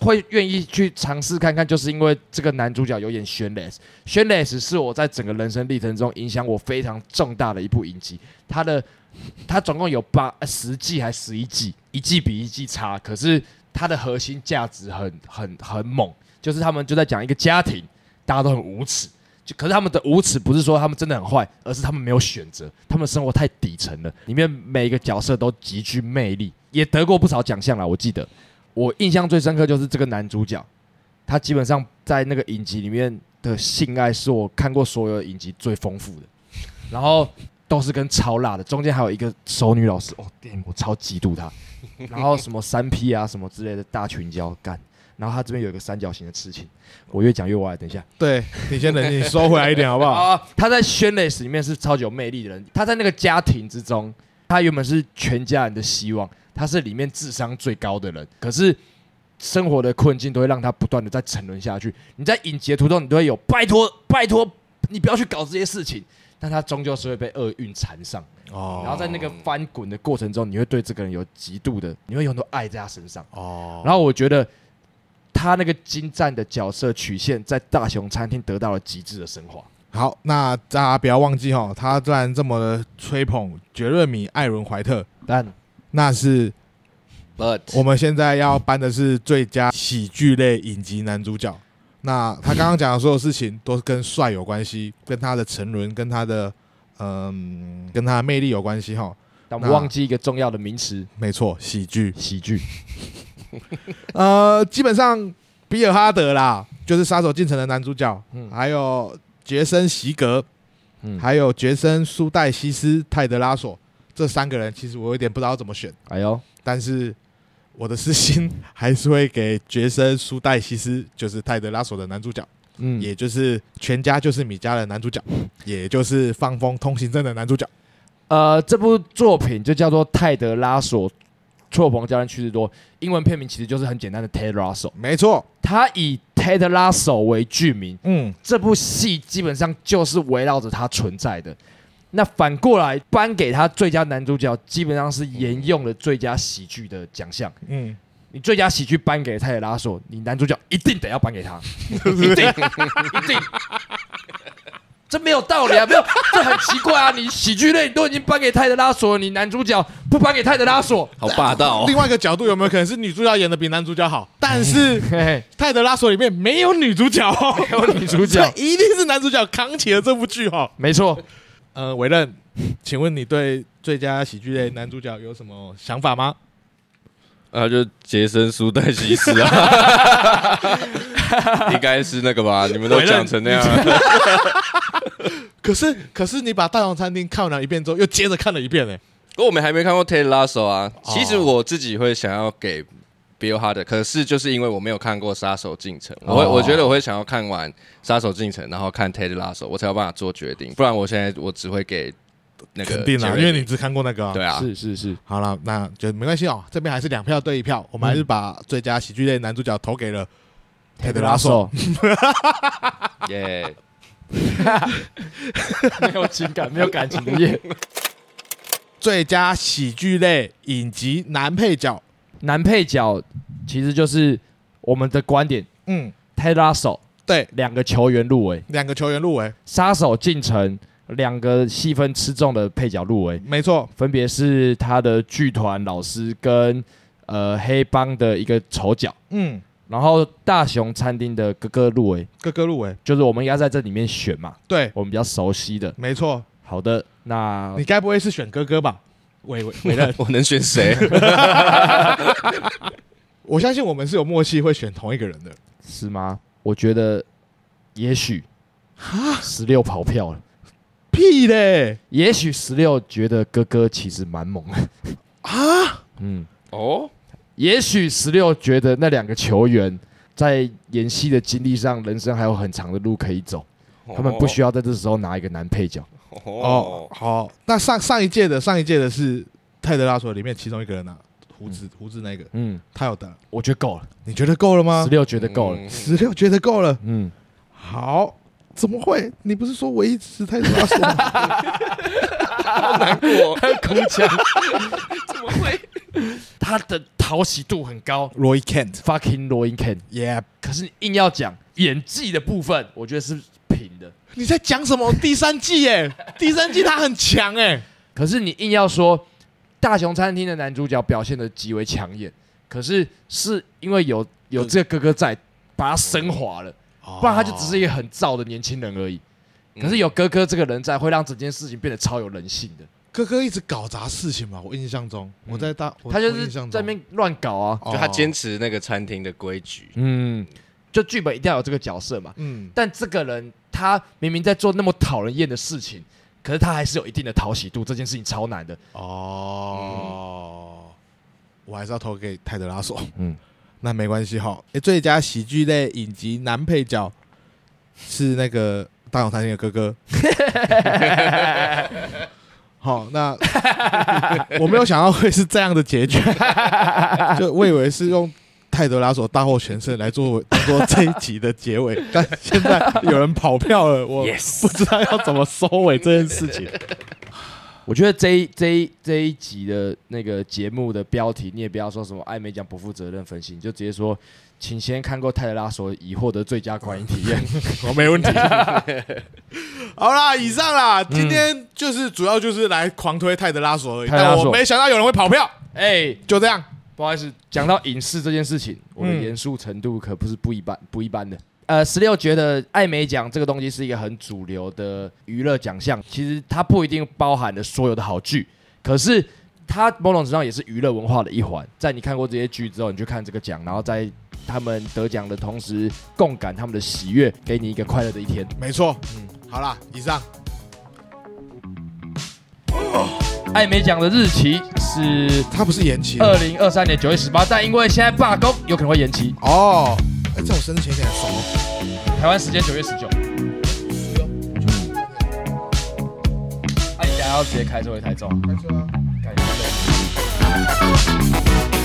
会愿意去尝试看看，就是因为这个男主角有演《Shameless》，《Shameless》是我在整个人生历程中影响我非常重大的一部影集。它的它总共有八呃十季还十一季，一季比一季差，可是它的核心价值很很很猛，就是他们就在讲一个家庭，大家都很无耻。就可是他们的无耻不是说他们真的很坏，而是他们没有选择，他们的生活太底层了。里面每一个角色都极具魅力，也得过不少奖项啦。我记得我印象最深刻就是这个男主角，他基本上在那个影集里面的性爱是我看过所有的影集最丰富的，然后都是跟超辣的，中间还有一个熟女老师，哦，天，我超嫉妒他。然后什么三 P 啊什么之类的大群交干，然后他这边有一个三角形的刺青，我越讲越歪，等一下。
对你先冷静，你收回来一点好不好？
啊，他在《宣雷史》里面是超级有魅力的人，他在那个家庭之中，他原本是全家人的希望，他是里面智商最高的人，可是生活的困境都会让他不断的在沉沦下去。你在影集的途中，你都会有拜托拜托，你不要去搞这些事情，但他终究是会被厄运缠上。
哦
然后在那个翻滚的过程中，你会对这个人有极度的，你会有很多爱在他身上。
哦，
然后我觉得他那个精湛的角色曲线，在大雄餐厅得到了极致的升华。
好，那大家不要忘记哦，他虽然这么的吹捧杰瑞米·艾伦·怀特，
但
那是
But
我们现在要颁的是最佳喜剧类影集男主角。那他刚刚讲的所有事情都是跟帅有关系，跟他的沉沦，跟他的嗯，跟他的魅力有关系哈。
但我们忘记一个重要的名词
没错，喜剧
——喜剧。
呃，基本上比尔哈德啦，就是《杀手进城》的男主角，
嗯
还有杰森·席格，
嗯
还有杰森·苏戴西斯、泰德·拉索这三个人，其实我有点不知道怎么选，
哎呦，
但是我的私心还是会给杰森·苏戴西斯，就是泰德·拉索的男主角，
嗯，
也就是全家就是米家的男主角，也就是放风通行证的男主角。
呃，这部作品就叫做《泰德·拉索错棚教练趋势多》，英文片名其实就是很简单的 Ted Lasso。
没错，
他以 Ted Lasso 为剧名，
嗯，
这部戏基本上就是围绕着他存在的。那反过来颁给他最佳男主角，基本上是沿用了最佳喜剧的奖项。
嗯，
你最佳喜剧颁给泰勒拉索，你男主角一定得要颁给他， 一定一定，这没有道理啊，没有，这很奇怪啊！你喜剧类都已经颁给泰勒拉索了，你男主角不颁给泰勒拉索，
好霸道哦，
另外一个角度有没有可能是女主角演的比男主角好？但是。
嘿嘿，
泰德拉索里面没有女主角、哦，没有
嗯女主 角
一定是男主角扛起了这部剧哦。
没错，
呃，委任， 请问你对最佳喜剧类男主角有什么想法吗？
啊，就杰森·苏戴西斯啊， 应该是那个吧？你们都讲成那样，啊
可是，可是你把《大王餐厅》看完了一遍之后，又接着看了一遍呢、欸哦
不过我们还没看过 Ted Lasso 啊。其实我自己会想要给 Bill Hader，可是就是因为我没有看过《杀手进城》，我会、
哦
我觉得我会想要看完《杀手进城》，然后看 Ted Lasso，我才有办法做决定，不然我现在我只会给那个
肯定啦，
Jeremy
因为你只看过那个、啊。
对啊，
是是是，
好了，那就没关系哦。这边还是两票对一票，我们还是把最佳喜剧类男主角投给了 Ted Lasso。
耶、
没有情感、没有感情的夜，
最佳喜剧类影集男配角，
男配角其实就是我们的观点
嗯，
，Ted Lasso
对，
两个球员入围，
两个球员入围，
杀手进城两个戏份吃重的配角入围，
没错，
分别是他的剧团老师跟呃黑帮的一个丑角，
嗯，
然后大熊餐厅的哥哥入围，
哥哥入围，
就是我们应该在这里面选嘛，
对，
我们比较熟悉的。
没错。
好的，那
你该不会是选哥哥吧？伟伟伟人，
我能选 谁？
我相信我们是有默契会选同一个人的。
是吗？我觉得也许十六 跑票了，
屁嘞！
也许十六觉得哥哥其实蛮猛的啊，嗯，
哦，
也许十六觉得那两个球员在演戏的经历上，人生还有很长的路可以走，他们不需要在这时候拿一个男配角。
哦，
哦，
好，那上上一届的上一届的是泰德拉索里面其中一个人啊，胡子胡子那个
嗯，
他有得，
我觉得够了，
你觉得够了吗
十？六觉得够了。
嗯
十六觉得够了，
嗯，
好，怎么会？你不是说我一直是泰德拉索吗？
我
空腔，
怎么会？
他的讨喜度很高
Roy Kent，
，fucking Roy Ken。
耶！
可是你硬要讲演技的部分，我觉得是平的。
你在讲什么？第三季 耶，第三季他很强哎，
可是你硬要说大熊餐厅的男主角表现的极为抢眼，可是是因为有有这个哥哥在，把他升华了，不
不
然他就只是一个很燥的年轻人而已。
嗯
可是有哥哥这个人在，会让整件事情变得超有人性的。
哥哥一直搞砸事情嘛。我印象中，我在大我
他就
我
是
印象中
在那边乱搞啊，
哦
就他坚持那个餐厅的规矩，
嗯，就剧本一定要有这个角色嘛。
嗯
但这个人他明明在做那么讨人厌的事情，可是他还是有一定的讨喜度，这件事情超难的。
哦，我还是要投给泰德拉索。
嗯，
那没关系哈。诶，最佳喜剧类影集男配角是那个大勇餐厅的哥哥。好，那我没有想到会是这样的结局，就我以为是用泰德拉索大获全胜来作为 当做这一集的结尾，但现在有人跑票了，我
Yes
不知道要怎么收尾这件事情。
我觉得这一这一这一集的那个节目的标题，你也不要说什么“艾美奖不负责任分析”，你就直接说“请先看过泰德拉索以获得最佳观影体验
我没问题。 好啦，以上啦，今天就是主要就是来狂推泰德拉索而已，
泰德拉
但
索。
我没想到有人会跑票，”
哎，
就这样。
不好意思，讲到影视这件事情，我的
嗯
严肃程度可不是不一般不一般的。呃，十六觉得艾美奖这个东西是一个很主流的娱乐奖项，其实它不一定包含了所有的好剧，可是它某种程度上也是娱乐文化的一环。在你看过这些剧之后，你去看这个奖，然后在他们得奖的同时，共感他们的喜悦，给你一个快乐的一天。
没错，嗯，好啦，以上
艾美奖的日期是
他不是延期
二
了
零二三年九月十八，但因为现在罢工，有可能会延期。
哦，哎，在我生日前一天还送哦
台湾时间九月十九。哎那、你等下要直接开车回台中？开车啊！感觉累。